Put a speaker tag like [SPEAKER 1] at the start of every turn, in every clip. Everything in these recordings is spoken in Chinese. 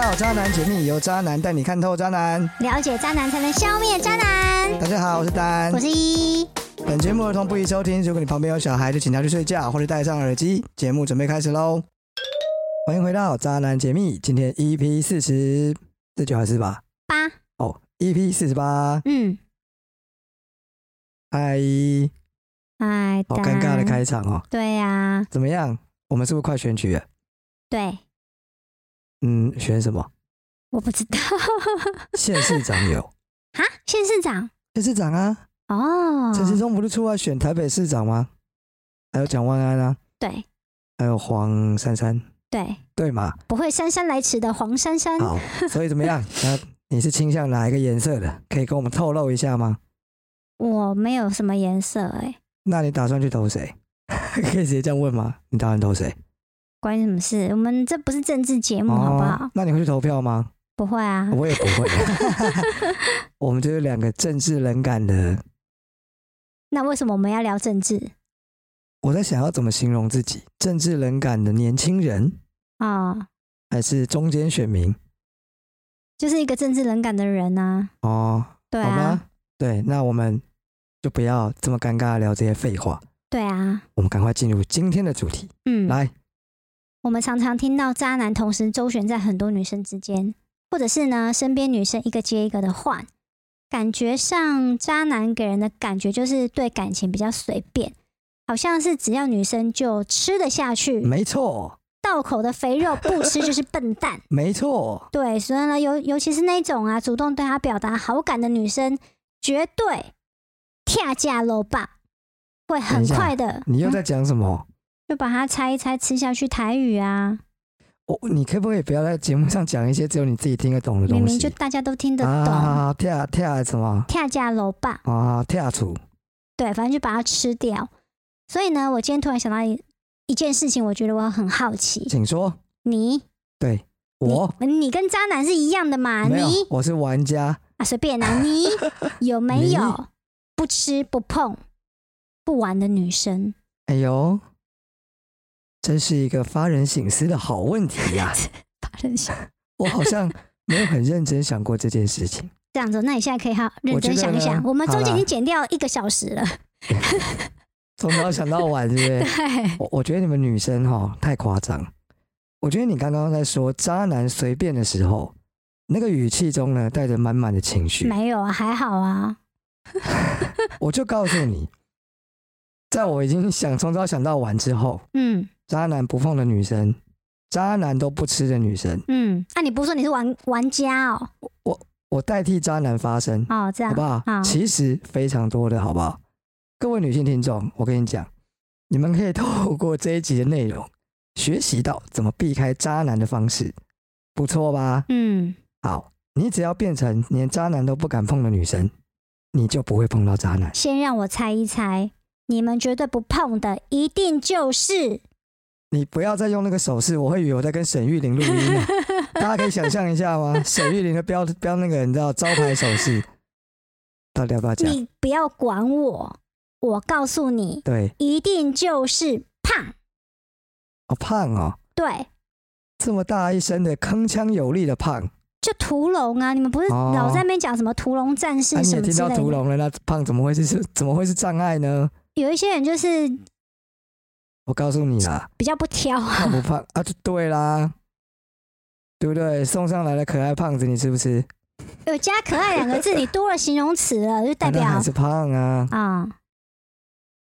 [SPEAKER 1] 好，渣男解密由渣男带你看透渣男。
[SPEAKER 2] 了解渣男才能消灭渣男。
[SPEAKER 1] 大家好，我是丹
[SPEAKER 2] 我。是一，
[SPEAKER 1] 本节目儿童不宜收听，如果你旁边有小孩，就请他去睡觉或者戴上耳机。节目准备开始喽！欢迎回到渣男解密，今天 EP 四十四九还是吧？
[SPEAKER 2] 八，
[SPEAKER 1] 哦，EP 四十八，
[SPEAKER 2] 嗯，
[SPEAKER 1] 嗨，
[SPEAKER 2] 哎，
[SPEAKER 1] 好尴尬的
[SPEAKER 2] 丹。
[SPEAKER 1] 开场哦。
[SPEAKER 2] 对呀、
[SPEAKER 1] 怎么样？我们是不是快选举了？
[SPEAKER 2] 对，
[SPEAKER 1] 嗯，选什么？
[SPEAKER 2] 我不知道。
[SPEAKER 1] 县市长有，
[SPEAKER 2] 哈，县市长
[SPEAKER 1] 县市长啊，
[SPEAKER 2] 哦，
[SPEAKER 1] 陈时中不是出来选台北市长吗？还有蒋万安啊，
[SPEAKER 2] 对
[SPEAKER 1] 还有黄珊珊，
[SPEAKER 2] 对，
[SPEAKER 1] 对嘛？
[SPEAKER 2] 不会姗姗来迟的黄珊珊。
[SPEAKER 1] 好，所以怎么样？那你是倾向哪一个颜色的？可以跟我们透露一下吗？
[SPEAKER 2] 我没有什么颜色哎、
[SPEAKER 1] 那你打算去投谁？ 可以直接这样问吗？你打算投谁？
[SPEAKER 2] 关你什么事？我们这不是政治节目，嗯好不好？
[SPEAKER 1] 哦，那你会去投票吗？
[SPEAKER 2] 不会啊，
[SPEAKER 1] 我也不 会。我们就是两个政治冷感的。
[SPEAKER 2] 那为什么我们要聊政治？
[SPEAKER 1] 我在想要怎么形容自己？政治冷感的年轻人，
[SPEAKER 2] 哦，
[SPEAKER 1] 还是中间选民？
[SPEAKER 2] 就是一个政治冷感的人呐、
[SPEAKER 1] 哦，
[SPEAKER 2] 对
[SPEAKER 1] 好
[SPEAKER 2] 啊
[SPEAKER 1] 吧，，对，那我们就不要这么尴尬地聊这些废话，
[SPEAKER 2] 对啊，
[SPEAKER 1] 我们赶快进入今天的主题。
[SPEAKER 2] 嗯，
[SPEAKER 1] 来，
[SPEAKER 2] 我们常常听到渣男同时周旋在很多女生之间，或者是呢身边女生一个接一个的换，感觉上渣男给人的感觉就是对感情比较随便，好像是只要女生就吃得下去，
[SPEAKER 1] 没错，
[SPEAKER 2] 到口的肥肉不吃就是笨蛋。
[SPEAKER 1] 没错，
[SPEAKER 2] 对，所以呢，尤尤其是那种啊主动对他表达好感的女生，绝对跳价漏爆，会
[SPEAKER 1] 等
[SPEAKER 2] 很
[SPEAKER 1] 一下
[SPEAKER 2] 快的，
[SPEAKER 1] 你又
[SPEAKER 2] 嗯
[SPEAKER 1] 在讲什么？
[SPEAKER 2] 就把它拆一拆吃下去台语啊。
[SPEAKER 1] 我、哦你可不可以不要在节目上讲一些只有你自己听得懂的东西？
[SPEAKER 2] 明明就大家都听得懂，
[SPEAKER 1] 啊，跳跳什么
[SPEAKER 2] 跳价楼霸，
[SPEAKER 1] 啊？跳出
[SPEAKER 2] 对，反正就把它吃掉。所以呢，我今天突然想到一一件事情，我觉得我很好奇，
[SPEAKER 1] 请说。
[SPEAKER 2] 你
[SPEAKER 1] 对我
[SPEAKER 2] 你你跟渣男是一样的嘛？
[SPEAKER 1] 没有
[SPEAKER 2] 你，
[SPEAKER 1] 我是玩家。
[SPEAKER 2] 啊，随便 啊，你有没
[SPEAKER 1] 你
[SPEAKER 2] 有不吃不碰不玩的女生？
[SPEAKER 1] 哎呦，真是一个发人省思的好问题 呀、
[SPEAKER 2] 把人想
[SPEAKER 1] 我好像没有很认真想过这件事情。
[SPEAKER 2] 这样子，那你现在可以好好认
[SPEAKER 1] 我觉
[SPEAKER 2] 真
[SPEAKER 1] 得
[SPEAKER 2] 想一想。
[SPEAKER 1] 呢
[SPEAKER 2] 我们
[SPEAKER 1] 好
[SPEAKER 2] 中间
[SPEAKER 1] 啦
[SPEAKER 2] 已经剪掉一个小时了，
[SPEAKER 1] 从早想到晚，是不 是？
[SPEAKER 2] 对
[SPEAKER 1] 我我觉得你们女生哈太夸张。我觉得你刚刚在说渣男随便的时候，那个语气中呢带着满满的情绪。
[SPEAKER 2] 没有啊，还好啊，
[SPEAKER 1] 我就告诉你，在我已经想从早想到晚之后，
[SPEAKER 2] 嗯
[SPEAKER 1] 渣男不碰的女生，渣男都不吃的女生，
[SPEAKER 2] 嗯。那、你不是说你是玩玩家哦？
[SPEAKER 1] 我代替渣男发声，
[SPEAKER 2] 哦，这样
[SPEAKER 1] 好不好？
[SPEAKER 2] 好
[SPEAKER 1] 其实非常多的，好不好？各位女性听众，我跟你讲，你们可以透过这一集的内容，学习到怎么避开渣男的方式，不错吧？
[SPEAKER 2] 嗯，
[SPEAKER 1] 好，你只要变成连渣男都不敢碰的女生，你就不会碰到渣男。
[SPEAKER 2] 先让我猜一猜，你们绝对不碰的，一定就是
[SPEAKER 1] 你不要再用那个手势，我会以为我在跟沈玉玲录音 呢。大家可以想象一下吗？沈玉玲的标标那个你知道招牌手势，到底要不要讲？
[SPEAKER 2] 你不要管我，我告诉你，
[SPEAKER 1] 对，
[SPEAKER 2] 一定就是胖。
[SPEAKER 1] 好、胖哦，
[SPEAKER 2] 对，
[SPEAKER 1] 这么大一身的铿锵有力的胖，
[SPEAKER 2] 就屠龙啊！你们不是
[SPEAKER 1] 哦
[SPEAKER 2] 老在那边讲什么屠龙战士
[SPEAKER 1] 啊、你
[SPEAKER 2] 什
[SPEAKER 1] 也
[SPEAKER 2] 么
[SPEAKER 1] 听
[SPEAKER 2] 之
[SPEAKER 1] 到
[SPEAKER 2] 类
[SPEAKER 1] 屠
[SPEAKER 2] 的？
[SPEAKER 1] 龙了，那胖怎么会是是怎么会是障碍呢？
[SPEAKER 2] 有一些人就是
[SPEAKER 1] 我告诉你 啦，
[SPEAKER 2] 比较不挑
[SPEAKER 1] 胖
[SPEAKER 2] 啊，
[SPEAKER 1] 不胖啊？就对啦，对不对？送上来的可爱胖子，你吃不吃？
[SPEAKER 2] 有加“可爱”两个字，你多了形容词了，就代表
[SPEAKER 1] 啊那还
[SPEAKER 2] 啊、
[SPEAKER 1] 是胖啊？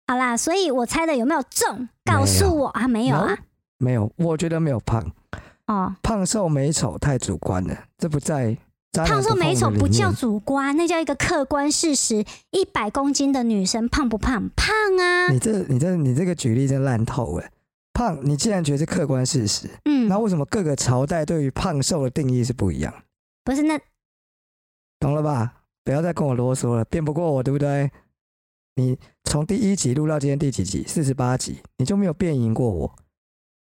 [SPEAKER 2] 好啦，所以我猜的有没有中？告诉我啊，没有啊，
[SPEAKER 1] 没有，我觉得没有胖，
[SPEAKER 2] 哦，
[SPEAKER 1] 胖瘦美丑太主观了，这不在渣男
[SPEAKER 2] 胖瘦美丑
[SPEAKER 1] 碰的
[SPEAKER 2] 不
[SPEAKER 1] 里面
[SPEAKER 2] 叫主观，那叫一个客观事实。一百公斤的女生胖不胖？胖啊，
[SPEAKER 1] 你这、你这、你这个举例真烂透了。胖，你既然觉得是客观事实，
[SPEAKER 2] 嗯
[SPEAKER 1] 那，为什么各个朝代对于胖瘦的定义是不一样？
[SPEAKER 2] 不是那
[SPEAKER 1] 懂了吧？不要再跟我啰嗦了，辩不过我，对不对？你从第一集录到今天第几集？四十八集，你就没有辩赢过我。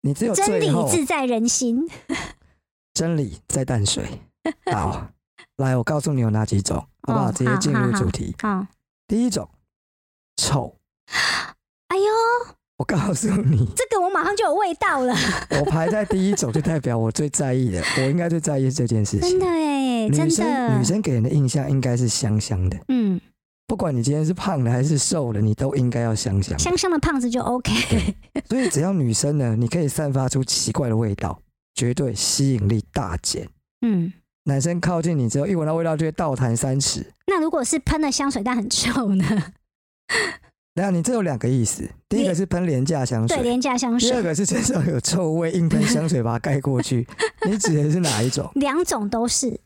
[SPEAKER 1] 你只有
[SPEAKER 2] 真
[SPEAKER 1] 最
[SPEAKER 2] 理
[SPEAKER 1] 后
[SPEAKER 2] 自在人心。
[SPEAKER 1] 真理在淡 水。好，来，我告诉你有哪几种，好不好？
[SPEAKER 2] 哦
[SPEAKER 1] 直接进
[SPEAKER 2] 好
[SPEAKER 1] 入
[SPEAKER 2] 好
[SPEAKER 1] 主题。
[SPEAKER 2] 哦，
[SPEAKER 1] 第一种，丑，
[SPEAKER 2] 哎呦，
[SPEAKER 1] 我告诉你，
[SPEAKER 2] 这个我马上就有味道了，
[SPEAKER 1] 我排在第一种，就代表我最在意的，我应该最在意这件事
[SPEAKER 2] 真
[SPEAKER 1] 情
[SPEAKER 2] 的。哎，真
[SPEAKER 1] 女生
[SPEAKER 2] 的
[SPEAKER 1] 女，生给人的印象应该是香香的，
[SPEAKER 2] 嗯，
[SPEAKER 1] 不管你今天是胖的还是瘦的，你都应该要香香的。
[SPEAKER 2] 香香的胖子就 OK，
[SPEAKER 1] 所以只要女生呢，你可以散发出奇怪的味道，绝对吸引力大减。
[SPEAKER 2] 嗯。
[SPEAKER 1] 男生靠近你之后，一闻到味道就会倒弹三尺。
[SPEAKER 2] 那如果是喷的香水但很臭呢？
[SPEAKER 1] 那你这有两个意思，第一个是喷廉价香
[SPEAKER 2] 对，
[SPEAKER 1] 水，
[SPEAKER 2] 廉价香
[SPEAKER 1] 第二
[SPEAKER 2] 水，
[SPEAKER 1] 个是身上有臭味，硬喷香水把它盖过 去。你指的是哪一种？
[SPEAKER 2] 两种都是。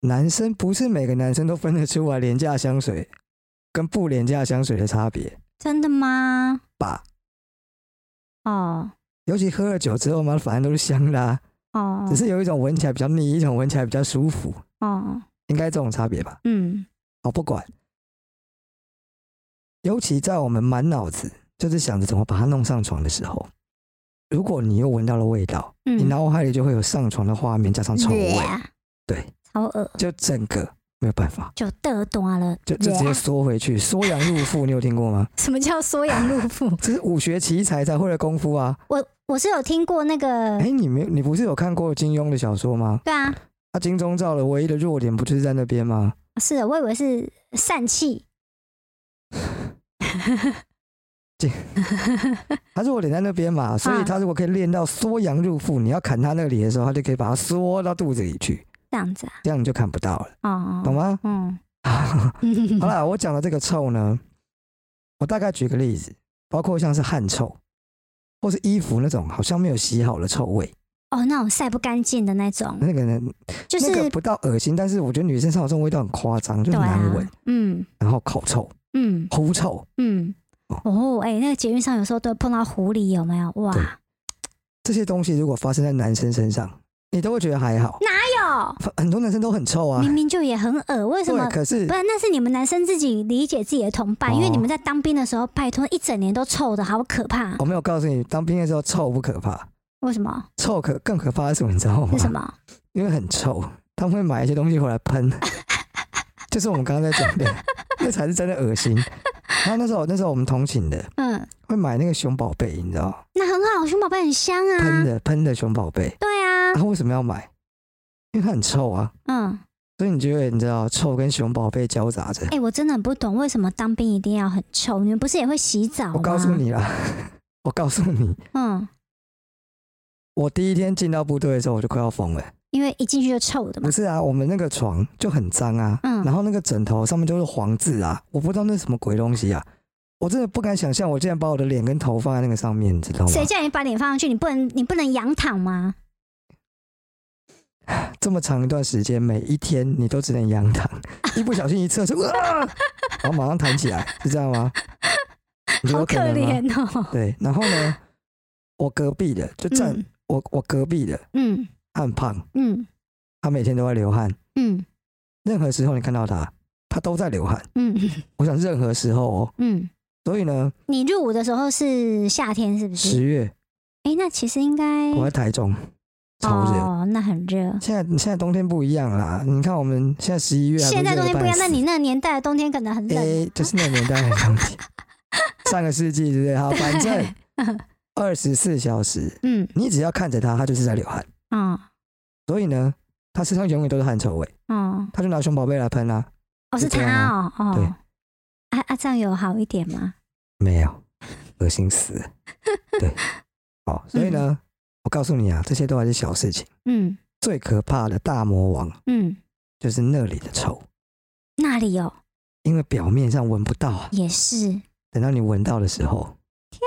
[SPEAKER 1] 男生不是每个男生都分得出来廉价香水跟不廉价香水的差别
[SPEAKER 2] 真的吗？
[SPEAKER 1] 吧？
[SPEAKER 2] 哦
[SPEAKER 1] 尤其喝了酒之后嘛，反正都是香的、啊，
[SPEAKER 2] 哦
[SPEAKER 1] 只是有一种闻起来比较腻，一种闻起来比较舒服，
[SPEAKER 2] 哦，
[SPEAKER 1] 应该这种差别吧？
[SPEAKER 2] 嗯
[SPEAKER 1] 我不管。尤其在我们满脑子就是想着怎么把它弄上床的时候，如果你又闻到了味道，
[SPEAKER 2] 嗯，
[SPEAKER 1] 你脑海里就会有上床的画面加上臭味，
[SPEAKER 2] Yeah，
[SPEAKER 1] 对，
[SPEAKER 2] 超恶，
[SPEAKER 1] 就整个没有办法，
[SPEAKER 2] 就得短了。
[SPEAKER 1] 就就直接
[SPEAKER 2] Yeah
[SPEAKER 1] 缩回去，缩阳入腹，你有听过吗？？
[SPEAKER 2] 什么叫缩阳入腹
[SPEAKER 1] 这是武学奇才才会的功夫啊！
[SPEAKER 2] 我我是有听过那个
[SPEAKER 1] 哎、，你没有你不是有看过金庸的小说吗？
[SPEAKER 2] 对啊，
[SPEAKER 1] 那、金钟罩的唯一的弱点不就是在那边吗？
[SPEAKER 2] 是的，我以为是疝气。
[SPEAKER 1] 他弱点在那边嘛，所以
[SPEAKER 2] 啊
[SPEAKER 1] 他如果可以练到缩阳入腹，你要砍他那里的时候，他就可以把它缩到肚子里去，
[SPEAKER 2] 这样子啊，
[SPEAKER 1] 这样你就砍不到了，
[SPEAKER 2] 哦，
[SPEAKER 1] 懂吗？
[SPEAKER 2] 嗯，
[SPEAKER 1] 好啦，我讲的这个臭呢，我大概举个例子，包括像是汗臭，或是衣服那种好像没有洗好的臭味，
[SPEAKER 2] 哦，那种晒不干净的那种，
[SPEAKER 1] 那个呢，
[SPEAKER 2] 就
[SPEAKER 1] 那个
[SPEAKER 2] 是
[SPEAKER 1] 不到恶心，但是我觉得女生身上有这种味道很夸张，就
[SPEAKER 2] 对
[SPEAKER 1] 很
[SPEAKER 2] 啊
[SPEAKER 1] 难闻，，
[SPEAKER 2] 嗯
[SPEAKER 1] 然后口臭、
[SPEAKER 2] 嗯
[SPEAKER 1] 狐臭。
[SPEAKER 2] 嗯，哦，哎，那个捷运上有时候都会碰到狐狸，有没有？哇，哎
[SPEAKER 1] 对这些东西如果发生在男生身上，你都会觉得还好。
[SPEAKER 2] 哎
[SPEAKER 1] 很多男生都很臭
[SPEAKER 2] 呦，
[SPEAKER 1] 啊
[SPEAKER 2] 明，明就也很恶，为什
[SPEAKER 1] 对，
[SPEAKER 2] 么？
[SPEAKER 1] 可是
[SPEAKER 2] 不然那是你们男生自己理解自己的同伴，因为
[SPEAKER 1] 哦
[SPEAKER 2] 你们在当兵的时候，拜托一整年都臭的好可怕。
[SPEAKER 1] 我没有告诉你，当兵的时候臭不可怕，
[SPEAKER 2] 为什么？
[SPEAKER 1] 臭可更可怕的是什么？你知 道吗
[SPEAKER 2] 是？什么？
[SPEAKER 1] 因为很臭，他们会买一些东西回来 喷，就是我们刚刚在讲的，那才是真的恶心。然后那时候那时候我们同寝的
[SPEAKER 2] 嗯，
[SPEAKER 1] 会买那个熊宝贝，你知道，
[SPEAKER 2] 那很好，熊宝贝很香
[SPEAKER 1] 喷
[SPEAKER 2] 啊。
[SPEAKER 1] 的喷的熊宝贝，
[SPEAKER 2] 对啊
[SPEAKER 1] 他、，为什么要买？因为它很臭啊，
[SPEAKER 2] 嗯，
[SPEAKER 1] 所以你就会你知道臭跟熊宝贝交杂着
[SPEAKER 2] 哎、。我真的很不懂为什么当兵一定要很臭。你们不是也会洗澡吗？
[SPEAKER 1] 我告诉，你啦， 我告诉你，
[SPEAKER 2] 嗯，
[SPEAKER 1] 我第一天进到部队的时候，我就快要疯了。
[SPEAKER 2] 因为一进去就臭的嘛
[SPEAKER 1] 不。是啊，我们那个床就很脏啊，
[SPEAKER 2] 嗯
[SPEAKER 1] 然后那个枕头上面就是黄渍啊，我不知道那是什么鬼东西啊，我真的不敢想象，我竟然把我的脸跟头放在那个上面，你知道吗？
[SPEAKER 2] 谁叫你把脸放上去？你不能，你不能仰躺吗？
[SPEAKER 1] 这么长一段时间，每一天你都只能仰 躺，一不小心一侧就啊，然后马上弹起来，是这样吗？你觉得
[SPEAKER 2] 好
[SPEAKER 1] 有
[SPEAKER 2] 可
[SPEAKER 1] 能吗。
[SPEAKER 2] 怜哦。
[SPEAKER 1] 对，然后呢，我隔壁的就站、
[SPEAKER 2] 嗯
[SPEAKER 1] 我我隔壁的，
[SPEAKER 2] 嗯
[SPEAKER 1] 他很胖，
[SPEAKER 2] 嗯
[SPEAKER 1] 他每天都在流汗，
[SPEAKER 2] 嗯
[SPEAKER 1] 任何时候你看到他，他都在流汗。
[SPEAKER 2] 嗯
[SPEAKER 1] 我想任何时候哦，
[SPEAKER 2] 嗯。
[SPEAKER 1] 所以呢，
[SPEAKER 2] 你入伍的时候是夏天，是不是？
[SPEAKER 1] 十月
[SPEAKER 2] 哎、那其实应该
[SPEAKER 1] 我在台中，超热。
[SPEAKER 2] 嗯哦，那很热。
[SPEAKER 1] 现在现在冬天不一样啦，你看我们现在十一月啊还
[SPEAKER 2] 现在
[SPEAKER 1] 热
[SPEAKER 2] 冬
[SPEAKER 1] 得
[SPEAKER 2] 天不一样，
[SPEAKER 1] 半
[SPEAKER 2] 那
[SPEAKER 1] 死
[SPEAKER 2] 你那个年代的冬天可能很冷。
[SPEAKER 1] 诶、哎就是那个年代的东 西，上个世纪对不对？好，反正二十四小时，
[SPEAKER 2] 嗯
[SPEAKER 1] 你只要看着他，他就是在流汗，
[SPEAKER 2] 哦
[SPEAKER 1] 所以呢，他身上永远都是汗臭味，
[SPEAKER 2] 哦
[SPEAKER 1] 他就拿熊宝贝来喷啊啦、就
[SPEAKER 2] 哦，
[SPEAKER 1] 是这样
[SPEAKER 2] 他哦
[SPEAKER 1] 对
[SPEAKER 2] 哦。啊啊，这样有好一点吗？
[SPEAKER 1] 没有，恶心死了。对，好，所以呢，我告诉你啊，这些都还是小事情，
[SPEAKER 2] 嗯
[SPEAKER 1] 最可怕的大魔王
[SPEAKER 2] 嗯，
[SPEAKER 1] 就是那里的臭。
[SPEAKER 2] 那里哦
[SPEAKER 1] 因为表面上闻不到啊，
[SPEAKER 2] 也是，
[SPEAKER 1] 等到你闻到的时候，天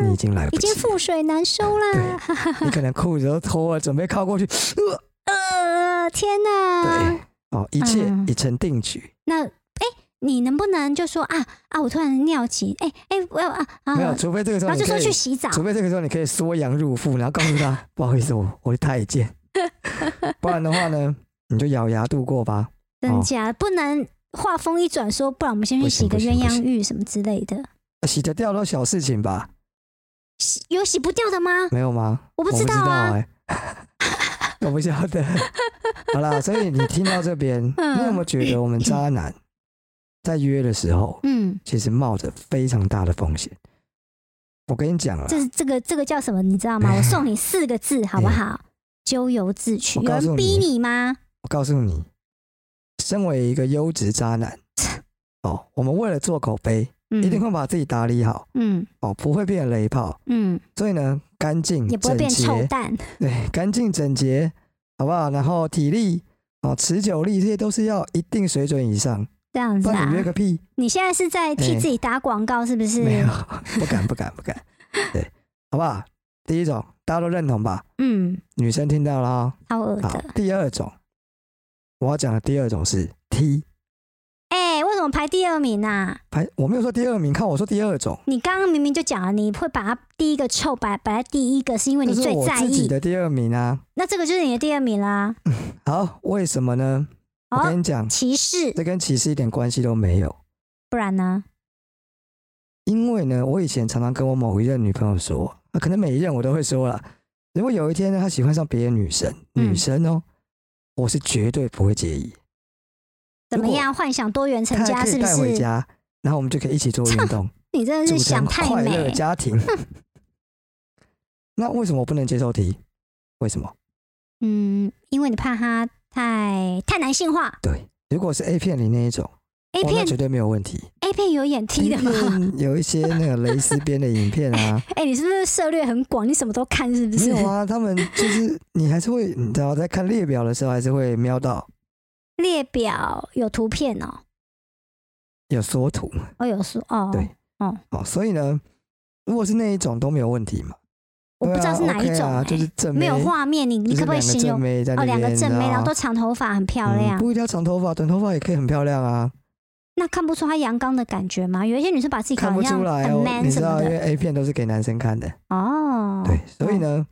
[SPEAKER 1] 哪，你已经来不
[SPEAKER 2] 已
[SPEAKER 1] 及了，
[SPEAKER 2] 经覆水难收啦。
[SPEAKER 1] 你可能裤子都脱了，啊准备靠过去，呃，
[SPEAKER 2] 呃，天哪！
[SPEAKER 1] 对，哦，一切
[SPEAKER 2] 嗯
[SPEAKER 1] 已成定局，
[SPEAKER 2] 那哎，你能不能就说啊啊，我突然尿急，哎哎，我要啊啊，
[SPEAKER 1] 没有，
[SPEAKER 2] 然
[SPEAKER 1] 除非这个时候
[SPEAKER 2] 后
[SPEAKER 1] 你
[SPEAKER 2] 就
[SPEAKER 1] 可
[SPEAKER 2] 说去
[SPEAKER 1] 以，
[SPEAKER 2] 洗澡。
[SPEAKER 1] 除非这个时候你可以缩阳入腹，然后告诉他， 不好意思，我我是太 监，不然的话呢，你就咬牙度过吧。
[SPEAKER 2] 真
[SPEAKER 1] 哦
[SPEAKER 2] 假不能话锋一转说，不然我们先去
[SPEAKER 1] 不行
[SPEAKER 2] 洗个
[SPEAKER 1] 不行
[SPEAKER 2] 鸳
[SPEAKER 1] 不
[SPEAKER 2] 鸯
[SPEAKER 1] 行
[SPEAKER 2] 浴什么之类的。
[SPEAKER 1] 呃洗得掉都小事情吧，
[SPEAKER 2] 洗有洗不掉的吗？
[SPEAKER 1] 没有吗？
[SPEAKER 2] 我
[SPEAKER 1] 我
[SPEAKER 2] 不知道啊。
[SPEAKER 1] 哎、我不晓得。好啦，所以你听到这边，
[SPEAKER 2] 嗯
[SPEAKER 1] 你有没有觉得我们渣男在约的时候，
[SPEAKER 2] 嗯，
[SPEAKER 1] 其实冒着非常大的风险。我跟你讲啊，
[SPEAKER 2] 这是这个这个叫什么？你知道 吗？我送你四个字，好不好？咎由自取。
[SPEAKER 1] 我
[SPEAKER 2] 有
[SPEAKER 1] 告诉
[SPEAKER 2] 人逼
[SPEAKER 1] 你
[SPEAKER 2] 你吗？
[SPEAKER 1] 我告诉你，身为一个优质渣男，哦，我们为了做口碑，
[SPEAKER 2] 嗯
[SPEAKER 1] 一定会把自己打理好，
[SPEAKER 2] 嗯
[SPEAKER 1] 哦，不会变雷炮，
[SPEAKER 2] 嗯，
[SPEAKER 1] 所以呢，干净
[SPEAKER 2] 也不会
[SPEAKER 1] 整
[SPEAKER 2] 变臭
[SPEAKER 1] 洁，
[SPEAKER 2] 蛋。
[SPEAKER 1] 对，干净整洁，好不好？然后体力哦，持久力这些都是要一定水准以上，
[SPEAKER 2] 这样子
[SPEAKER 1] 不然
[SPEAKER 2] 啊
[SPEAKER 1] 你？约个屁，
[SPEAKER 2] 你现在是在替
[SPEAKER 1] 哎
[SPEAKER 2] 自己打广告是不是？
[SPEAKER 1] 没有， 不敢，不敢，不敢，对，好不好？第一种大家都认同吧？
[SPEAKER 2] 嗯，
[SPEAKER 1] 女生听到了哦、
[SPEAKER 2] 超恶
[SPEAKER 1] 好
[SPEAKER 2] 的。，
[SPEAKER 1] 第二种，我要讲的第二种是 T，
[SPEAKER 2] 哎、为什么排第二名啊？
[SPEAKER 1] 哎，我没有说第二名，看我说第二种。
[SPEAKER 2] 你刚刚明明就讲了，你会把它第一个臭摆摆在第一个，是因为
[SPEAKER 1] 这
[SPEAKER 2] 你
[SPEAKER 1] 是
[SPEAKER 2] 最
[SPEAKER 1] 我
[SPEAKER 2] 在
[SPEAKER 1] 自己
[SPEAKER 2] 意。
[SPEAKER 1] 的嗯第二名啊。
[SPEAKER 2] 那这个就是你的第二名啦。
[SPEAKER 1] 好，为什么呢？我
[SPEAKER 2] 哦
[SPEAKER 1] 跟，你讲，
[SPEAKER 2] 歧视，
[SPEAKER 1] 这跟歧视一点关系都没有。
[SPEAKER 2] 不然呢？
[SPEAKER 1] 因为呢，我以前常常跟我某一任女朋友说，啊、可能每一任我都会说了，如果有一天呢，她喜欢上别的女生，
[SPEAKER 2] 嗯
[SPEAKER 1] 女生哦，我是绝对不会介意，
[SPEAKER 2] 怎么
[SPEAKER 1] 如果
[SPEAKER 2] 样？幻想多元成
[SPEAKER 1] 她
[SPEAKER 2] 家
[SPEAKER 1] 还可
[SPEAKER 2] 是
[SPEAKER 1] 以
[SPEAKER 2] 不
[SPEAKER 1] 带回
[SPEAKER 2] 是？
[SPEAKER 1] 家，然后我们就可以一起做运动，
[SPEAKER 2] 你真的
[SPEAKER 1] 组
[SPEAKER 2] 是想
[SPEAKER 1] 成
[SPEAKER 2] 太
[SPEAKER 1] 快乐
[SPEAKER 2] 美。
[SPEAKER 1] 家庭。 那为什么我不能接受题？为什么？
[SPEAKER 2] 嗯，因为你怕他太太男性化。
[SPEAKER 1] 对，如果是 A 片里那一种，
[SPEAKER 2] A
[SPEAKER 1] 哦那
[SPEAKER 2] 片
[SPEAKER 1] 绝对没有问题。
[SPEAKER 2] A 片有演 T 的吗？
[SPEAKER 1] 片有一些那个蕾丝边的影片啊，
[SPEAKER 2] 哎、你是不是涉猎很广？你什么都看是不
[SPEAKER 1] 没
[SPEAKER 2] 是？
[SPEAKER 1] 有啊，他们就是你还是会，你知道，在看列表的时候还是会瞄到
[SPEAKER 2] 列表有图片哦，
[SPEAKER 1] 有缩图
[SPEAKER 2] 哦有说哦，
[SPEAKER 1] 对哦，所以呢，如果是那一种都没有问题嘛。
[SPEAKER 2] 我不知道是哪一
[SPEAKER 1] 对
[SPEAKER 2] 种、
[SPEAKER 1] 啊 o
[SPEAKER 2] 哎
[SPEAKER 1] 就是正妹
[SPEAKER 2] 没有画面，你
[SPEAKER 1] 就
[SPEAKER 2] 你
[SPEAKER 1] 是
[SPEAKER 2] 可不可以
[SPEAKER 1] 两个
[SPEAKER 2] 形
[SPEAKER 1] 正
[SPEAKER 2] 容？
[SPEAKER 1] 妹在那
[SPEAKER 2] 哦，两
[SPEAKER 1] 边
[SPEAKER 2] 个
[SPEAKER 1] 你知
[SPEAKER 2] 正妹，
[SPEAKER 1] 道
[SPEAKER 2] 然后
[SPEAKER 1] 吗
[SPEAKER 2] 都长头发，很漂
[SPEAKER 1] 啊嗯
[SPEAKER 2] 亮，
[SPEAKER 1] 不一定要长头发，短头发也可以很漂亮啊，
[SPEAKER 2] 那看不出她阳刚的感觉吗？有一些女生把自己搞
[SPEAKER 1] 看
[SPEAKER 2] 得
[SPEAKER 1] 不
[SPEAKER 2] 像
[SPEAKER 1] 出来
[SPEAKER 2] 很
[SPEAKER 1] 哦。
[SPEAKER 2] man
[SPEAKER 1] 你知
[SPEAKER 2] 什么
[SPEAKER 1] 道，因
[SPEAKER 2] 的，
[SPEAKER 1] 为 A 片都是给男生看的，
[SPEAKER 2] 哦，
[SPEAKER 1] 对，所以呢，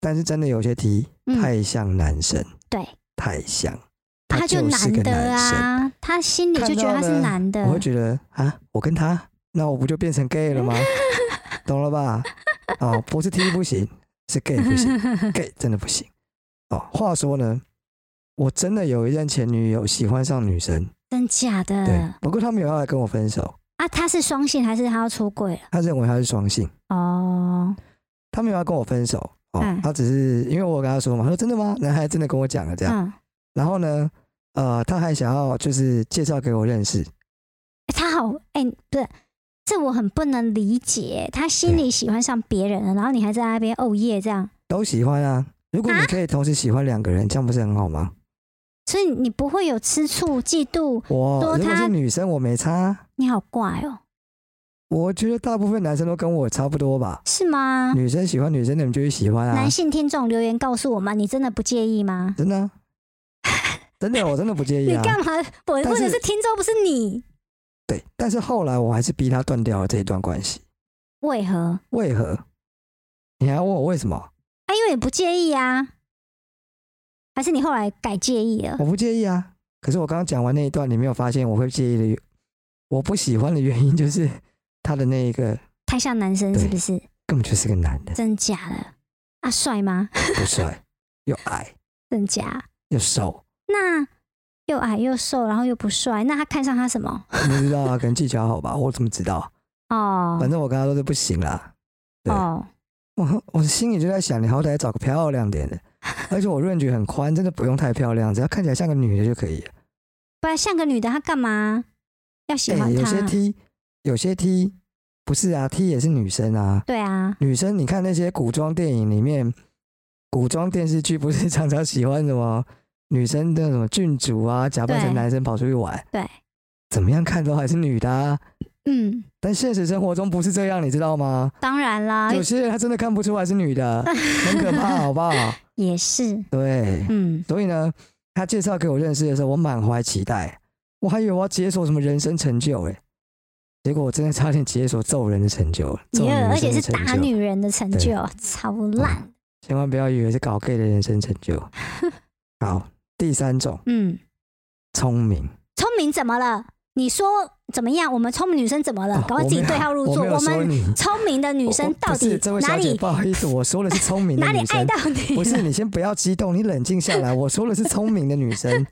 [SPEAKER 1] 但是真的有些题
[SPEAKER 2] 嗯
[SPEAKER 1] 太像男生，
[SPEAKER 2] 对，
[SPEAKER 1] 太像，
[SPEAKER 2] 啊，他
[SPEAKER 1] 就是
[SPEAKER 2] 男
[SPEAKER 1] 个
[SPEAKER 2] 的
[SPEAKER 1] 男生。
[SPEAKER 2] 啊，他心里就觉得
[SPEAKER 1] 看
[SPEAKER 2] 他
[SPEAKER 1] 到
[SPEAKER 2] 是
[SPEAKER 1] 呢
[SPEAKER 2] 男的
[SPEAKER 1] 我，会觉得啊，我跟他，那我不就变成 gay 了吗？懂了吧？哦，不是 T 不行，是 gay 不 行，gay 真的不行。哦，话说呢，我真的有一任前女友喜欢上女生，
[SPEAKER 2] 真假
[SPEAKER 1] 对
[SPEAKER 2] 的，
[SPEAKER 1] 不过他没有要来跟我分手，
[SPEAKER 2] 啊？他是双性还是他要出轨了？
[SPEAKER 1] 他认为他是双性，
[SPEAKER 2] 哦，
[SPEAKER 1] 他没有要跟我分手。哦
[SPEAKER 2] 嗯，
[SPEAKER 1] 他只是因为我跟他说嘛，他说真的吗？然后还真的跟我讲了这样。
[SPEAKER 2] 嗯，
[SPEAKER 1] 然后呢，呃，他还想要就是介绍给我认识，
[SPEAKER 2] 欸他好，哎、不是，这我很不能理解。他心
[SPEAKER 1] 嗯
[SPEAKER 2] 里喜欢上别人了，然后你还在那边哦耶这样，
[SPEAKER 1] 都喜欢啊。如果你
[SPEAKER 2] 啊
[SPEAKER 1] 可以同时喜欢两个人，这样不是很好吗？
[SPEAKER 2] 所以你不会有吃醋、嫉妒，
[SPEAKER 1] 我如果
[SPEAKER 2] 说他
[SPEAKER 1] 是女生，我没差。
[SPEAKER 2] 你好怪哦，
[SPEAKER 1] 我觉得大部分男生都跟我差不多吧。
[SPEAKER 2] 是吗？
[SPEAKER 1] 女生喜欢女生，你们就去喜欢啊
[SPEAKER 2] 嗯男，性听众留言告诉我们，你真的不介意吗？
[SPEAKER 1] 真的啊、真的，我真的不介意
[SPEAKER 2] 你
[SPEAKER 1] 啊。
[SPEAKER 2] 干嘛？
[SPEAKER 1] 但
[SPEAKER 2] 我
[SPEAKER 1] 是
[SPEAKER 2] 问的是听众，不是你，
[SPEAKER 1] 对，但是后来我还是逼他断掉了这一段关系。
[SPEAKER 2] 为何？
[SPEAKER 1] 为何？你还要问我为什么？
[SPEAKER 2] 啊，因为你不介意啊，还是你后来改介意 了？
[SPEAKER 1] 我不介意啊。可是我刚刚讲完那一段，你没有发现我会介意的原，我不喜欢的原因就是 他的那一个
[SPEAKER 2] 太像男生是不是？
[SPEAKER 1] 根本就是个男的，
[SPEAKER 2] 真假的？啊，帅吗？
[SPEAKER 1] 不帅， 又矮
[SPEAKER 2] 真假？
[SPEAKER 1] 又瘦，
[SPEAKER 2] 那又矮又瘦，然后又不帅，那他看上他什么？
[SPEAKER 1] 不知道啊，可能技巧好吧，我怎么知道？
[SPEAKER 2] 哦
[SPEAKER 1] 反正我跟他说是不行啦。对
[SPEAKER 2] 哦，
[SPEAKER 1] 我我心里就在想，你好歹找个漂亮点的，而且我润局很宽，真的不用太漂亮，只要看起来像个女的就可以了。
[SPEAKER 2] 不然像个女的，她干嘛要喜
[SPEAKER 1] 哎
[SPEAKER 2] 欢
[SPEAKER 1] 有
[SPEAKER 2] 他？
[SPEAKER 1] 些 T，有些 T 不是啊，T 也是女生啊。
[SPEAKER 2] 对啊，
[SPEAKER 1] 女生，你看那些古装电影里面，古装电视剧不是常常喜欢什么 女生的什么郡主啊，假扮成
[SPEAKER 2] 对
[SPEAKER 1] 男生跑出去玩，
[SPEAKER 2] 对，
[SPEAKER 1] 怎么样看都还是女的、啊。
[SPEAKER 2] 嗯，
[SPEAKER 1] 但现实生活中不是这样，你知道吗？
[SPEAKER 2] 当然啦，
[SPEAKER 1] 有些人他真的看不出来是女 的，很可怕，好不好？
[SPEAKER 2] 也是，
[SPEAKER 1] 对，
[SPEAKER 2] 嗯，
[SPEAKER 1] 所以呢，他介绍给我认识的时候，我满怀期待，我还以为我要解锁什么人生成就诶、结果我真的差点解锁揍人的成就了，揍
[SPEAKER 2] 也
[SPEAKER 1] 女
[SPEAKER 2] 而
[SPEAKER 1] 生
[SPEAKER 2] 且
[SPEAKER 1] 的
[SPEAKER 2] 是
[SPEAKER 1] 成
[SPEAKER 2] 打
[SPEAKER 1] 就，嗯
[SPEAKER 2] 女人的成就，超烂，
[SPEAKER 1] 千万不要以为是搞 gay 的人生成 就。好，第三种
[SPEAKER 2] 嗯，
[SPEAKER 1] 聪明，
[SPEAKER 2] 聪明怎么了？你说怎么样？我们聪明女生怎么了？
[SPEAKER 1] 哦
[SPEAKER 2] 呃赶快自己对号入座。
[SPEAKER 1] 我没有
[SPEAKER 2] 我
[SPEAKER 1] 说
[SPEAKER 2] 们
[SPEAKER 1] 你
[SPEAKER 2] 聪明的女
[SPEAKER 1] 我
[SPEAKER 2] 生
[SPEAKER 1] 我
[SPEAKER 2] 到
[SPEAKER 1] 不是
[SPEAKER 2] 底
[SPEAKER 1] 这位
[SPEAKER 2] 哪
[SPEAKER 1] 小姐，
[SPEAKER 2] 里
[SPEAKER 1] 不好意思，我说的是聪 明的
[SPEAKER 2] 哪里
[SPEAKER 1] 女
[SPEAKER 2] 爱
[SPEAKER 1] 生，
[SPEAKER 2] 到你？
[SPEAKER 1] 不是，你先不要激动，你冷静下来。我说的是聪明的女生，